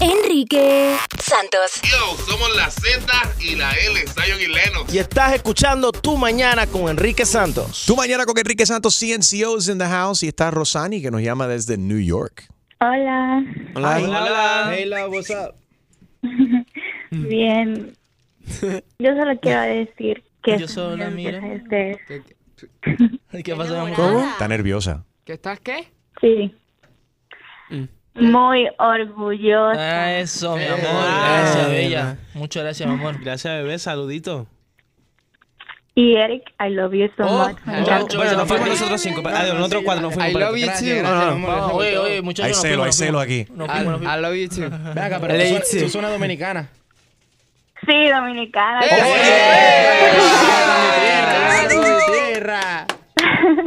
S2: Enrique Santos.
S14: Yo, somos la Z y la L, Zion y Leno.
S3: Y estás escuchando Tu Mañana con Enrique Santos. Tu Mañana con Enrique Santos, CNCO's in the house. Y está Rosani, que nos llama desde New York.
S21: Hola.
S3: Hola.
S10: Hola.
S12: Hey, love, what's up?
S21: Bien. Yo solo quiero decir que
S12: Yo solo
S21: son
S12: miro.
S21: graciosos ustedes.
S11: ¿Qué pasó, amor?
S3: Está nerviosa.
S21: ¿Que estás qué? Sí. Muy orgullosa.
S11: Ah, eso, mi amor.
S10: Ah,
S11: Gracias,
S10: bueno.
S11: bella. Muchas gracias, mi amor.
S10: Gracias, bebé. Saludito.
S21: Y Eric, I love you so
S12: Oh,
S21: much. Me
S12: ah.
S10: Bueno,
S21: encanta.
S10: bueno, nos fuimos nosotros cinco. pa- Adiós, nosotros cuatro nos fuimos.
S12: I
S10: para-
S12: love you
S10: Gracias,
S12: too.
S10: gracias,
S12: Ah.
S10: mi amor, gracias.
S11: Oye, oye, muchachos.
S3: Hay
S11: nos
S3: celo,
S11: fuimos,
S3: hay
S11: nos
S3: celo
S11: fuimos.
S3: aquí.
S12: I, I love you too. Venga, pero
S11: I
S12: tú,
S11: love
S12: suena-
S11: you
S12: tú suena dominicana.
S21: Sí, dominicana.
S12: tierra!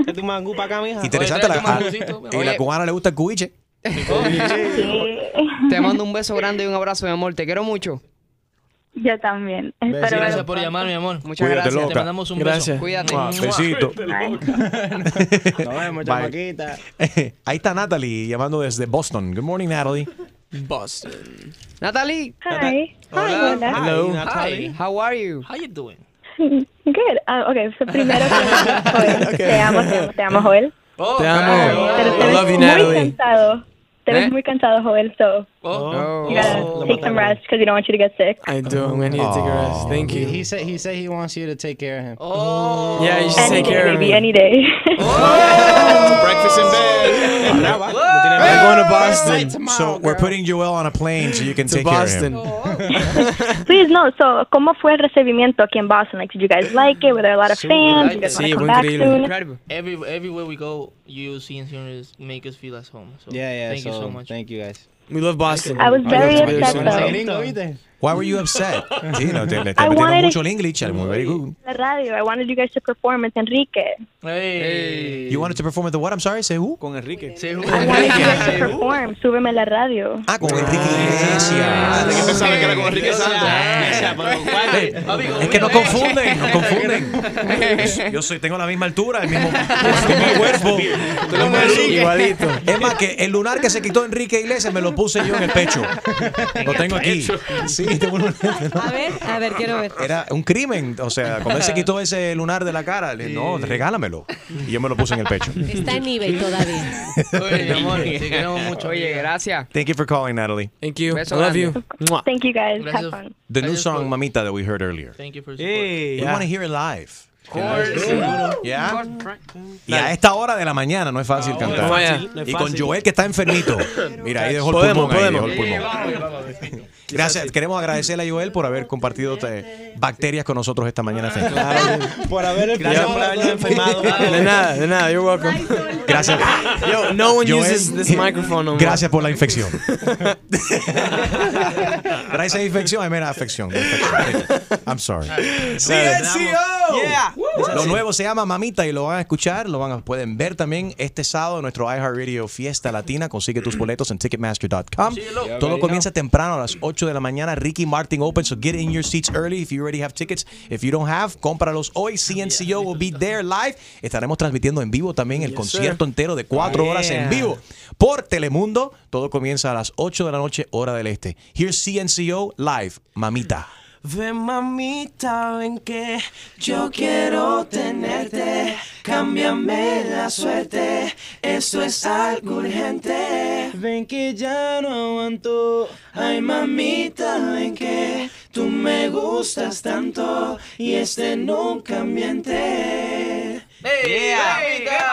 S12: ¿Es tu mangú para acá, mija?
S3: Interesante. la, a-
S12: pues,
S3: y la cubana le gusta el cubiche.
S12: Te mando un beso grande y un abrazo, mi amor. Te quiero mucho.
S21: Yo también. Espero
S11: Gracias
S21: verlos
S11: por
S21: pronto.
S11: llamar, mi amor.
S3: Muchas Cuídate, gracias. loca.
S11: Te mandamos un
S3: Gracias.
S11: beso.
S3: Cuídate. Mua, besito.
S12: Ah, Nos vemos,
S3: Bye.
S12: chamaquita.
S3: Ahí está Natalie llamando desde Boston. Good morning, Natalie.
S10: eh,
S12: Boston.
S21: Natalie. Hi.
S12: Hola.
S21: Hola.
S3: Hello.
S12: Hi, Natalie. How are you?
S11: How you doing?
S21: Good. Ah, okay, so primero que Joel. Te amo, te amo, te amo, Joel.
S12: Te amo.
S21: Pero
S12: I
S21: te ves
S12: love you,
S21: muy
S12: Natalie.
S21: cansado. Te
S12: ¿Eh?
S21: ves muy cansado, Joel, so
S12: Oh.
S21: you gotta take some rest because you don't want you to get sick.
S12: I do. I'm gonna need to take a rest. Thank you.
S11: said he said he wants you to take care of him. Oh.
S12: Yeah, you should
S21: Any
S12: take
S21: day,
S12: care of
S21: baby,
S12: me.
S21: any day.
S3: Oh!
S12: Breakfast in bed.
S3: I'm
S12: I'm going to Boston.
S3: so we're putting Joel on a plane so you can
S12: To
S3: take
S12: Boston.
S3: care of him.
S21: Please, no. So, ¿cómo fue el recibimiento aquí en Boston? Like, did you guys like it? Were there a lot of fans? Did you guys want to come back soon?
S11: Every, everywhere we go, you see insurance make us feel as home. So
S12: Yeah, yeah.
S11: Thank you so much.
S12: Thank you guys. We love Boston.
S21: I was very upset,
S3: Why were you upset? Sí, no, te, le- te
S21: I
S3: metieron
S21: wanted
S3: mucho el English. Muy very good.
S21: La radio. I wanted you guys to perform with Enrique.
S3: You wanted to perform at the what? I'm sorry, say who?
S6: Con Enrique.
S21: I wanted you guys to perform. Súbeme la radio.
S3: Ah, con Enrique Iglesias.
S6: ¿De qué pensaba que era con Enrique Santos?
S3: Es que nos confunden, nos confunden. Yo soy, tengo la misma altura, el mismo, el mismo cuerpo.
S12: Igualito.
S3: Es más, que el lunar que se quitó Enrique Iglesias me lo puse yo en el pecho. Lo tengo aquí. Sí, tengo un
S5: A ver, a ver, quiero ver.
S3: Era un crimen. O sea, cuando él se quitó ese lunar de la cara, le- no, regálamelo. Y yo me lo puse en el pecho.
S5: Está en eBay todavía.
S12: Oye, mi amor,
S11: te queremos mucho.
S12: Oye, gracias.
S3: Thank you for calling, Natalie.
S12: Thank you.
S3: Beso
S12: I love you. Mwah.
S21: Thank you guys. Have fun.
S3: The new song, Mamita, that we heard earlier.
S11: Thank you for
S3: We
S12: yeah.
S3: want to hear it live. Yeah. Y
S12: Dale. Ah,
S3: a esta hora de la mañana no es fácil cantar.
S12: no es fácil, no es
S3: Y con
S12: fácil.
S3: Joel que está enfermito. Mira, ahí dejó el
S12: Podemos,
S3: pulmón. ahí
S12: podemos.
S3: dejó el pulmón. Gracias. Queremos agradecerle a Joel por haber compartido eh, bacterias con nosotros esta mañana.
S12: Por haber
S3: Gracias por
S12: habernos enfermado. De nada, de nada. You're welcome.
S3: Gracias.
S12: Yo, no one
S3: Joel,
S12: uses this microphone no more.
S3: Gracias por la infección. Gracias a infección. I mean, afección. no infección. I'm sorry.
S12: CNCO. Yeah.
S3: Lo nuevo se llama Mamita y lo van a escuchar, lo van a, pueden ver también este sábado en nuestro iHeartRadio Fiesta Latina. Consigue tus boletos en Ticketmaster.com. Todo comienza temprano a las 8 de la mañana. Ricky Martin Open, so get in your seats early if you already have tickets. If you don't have, cómpralos hoy. CNCO will be there live. Estaremos transmitiendo en vivo también el concierto entero de 4
S12: Yeah.
S3: horas en vivo por Telemundo. Todo comienza a las 8 de la noche, hora del este. Here's CNCO live, Mamita.
S1: Ven mamita, ven que yo quiero tenerte. Cámbiame la suerte, esto es algo urgente. Ven que ya no aguanto. Ay mamita, ven que tú me gustas tanto y este nunca miente.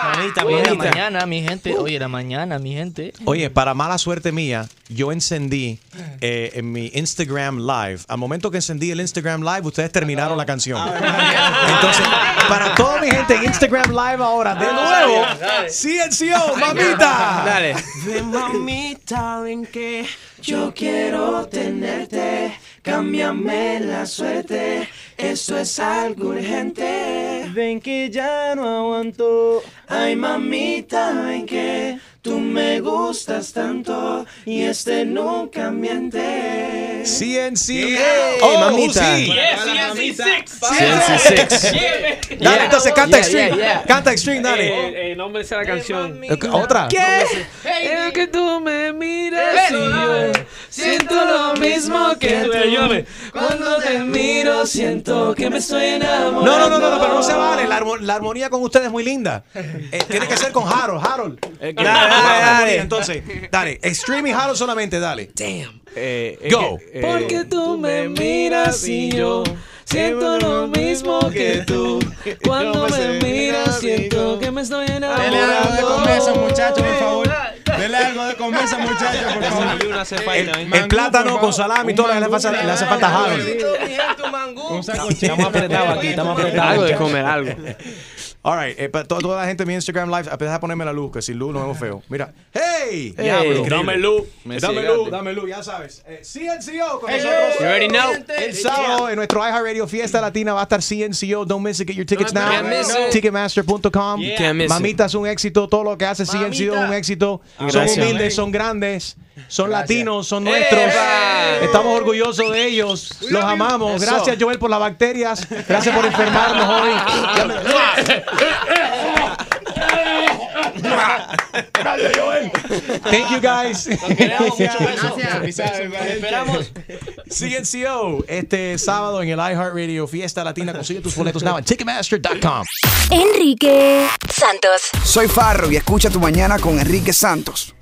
S11: Mamita, hoy era mañana, mi gente. Hoy era mañana, mi gente.
S3: Oye, para mala suerte mía, yo encendí eh, en mi Instagram Live. Al momento que encendí el Instagram Live, ustedes terminaron la canción. Entonces, para toda mi gente en Instagram Live ahora, de nuevo, CNCO, mamita.
S1: Dale. Ven mamita, ven que yo quiero tenerte. Cámbiame la suerte, eso es algo urgente. Ven que ya no aguanto. Ay mamita, ven que tú me gustas tanto y este nunca miente.
S3: CNCO.
S1: Oh,
S3: mamita.
S1: sí.
S3: Dale, entonces canta
S13: Yeah,
S3: Extreme.
S13: yeah, yeah.
S3: Canta Extreme, dale. oh.
S13: Eh, eh, no me sé la canción.
S3: ¿Otra?
S13: ¿Qué? Es que tú me miras y yo siento lo mismo que tú.
S1: Ayúdame. Cuando te miro siento que me estoy enamorando. Eh,
S3: No, no, no, no, no, pero no se vale. La, armo- la armonía con ustedes es muy linda. Eh, tiene que ser con Harold, Harold. Dale,
S12: Eh, dale, dale.
S3: Entonces, dale. Extreme y Harold solamente, dale. Damn.
S6: Eh,
S3: Go.
S1: eh, Porque tú me miras y yo siento lo mismo que tú. Cuando me miras siento que me estoy
S12: Dele algo de
S1: enamorando.
S12: comer a esos muchachos, por favor. Dele algo de comer a esos muchachos, por favor. ¿eh?
S3: El, el plátano con salami y todo lo que le hace falta, le hace falta a Harold.
S12: Estamos apretados aquí, estamos apretados.
S13: Algo de comer,
S3: algo. All right, eh, para to- toda la gente en mi Instagram Live, a pesar de ponerme la luz, que sin luz nos vemos feo. Mira, ¡Hey! ¡Ey!
S10: Diablo.
S15: Dame luz,
S10: Me
S15: dame
S10: cegaste.
S15: luz.
S3: Dame luz, ya sabes. Eh, CNCO con
S15: Hey,
S3: nosotros.
S15: you already know.
S3: El sábado en nuestro iHeartRadio Fiesta Latina va a estar CNCO. Don't miss it. Get your tickets
S15: Don't
S3: now.
S15: miss it.
S3: Ticketmaster.com.
S15: Yeah. Can't miss it.
S3: Mamita es un éxito. Todo lo que hace CNCO es un éxito.
S15: Gracias.
S3: Son humildes, son grandes, son latinos, son nuestros. Estamos orgullosos de ellos. Los amamos.
S15: Eso.
S3: Gracias, Joel, por las bacterias. Gracias por enfermarnos hoy. Ya me- Thank you guys. CNCO este sábado en el iHeartRadio Fiesta Latina. Consigue tus boletos now en Ticketmaster.com.
S2: Enrique Santos.
S16: Soy Farro y escucha tu mañana con Enrique Santos.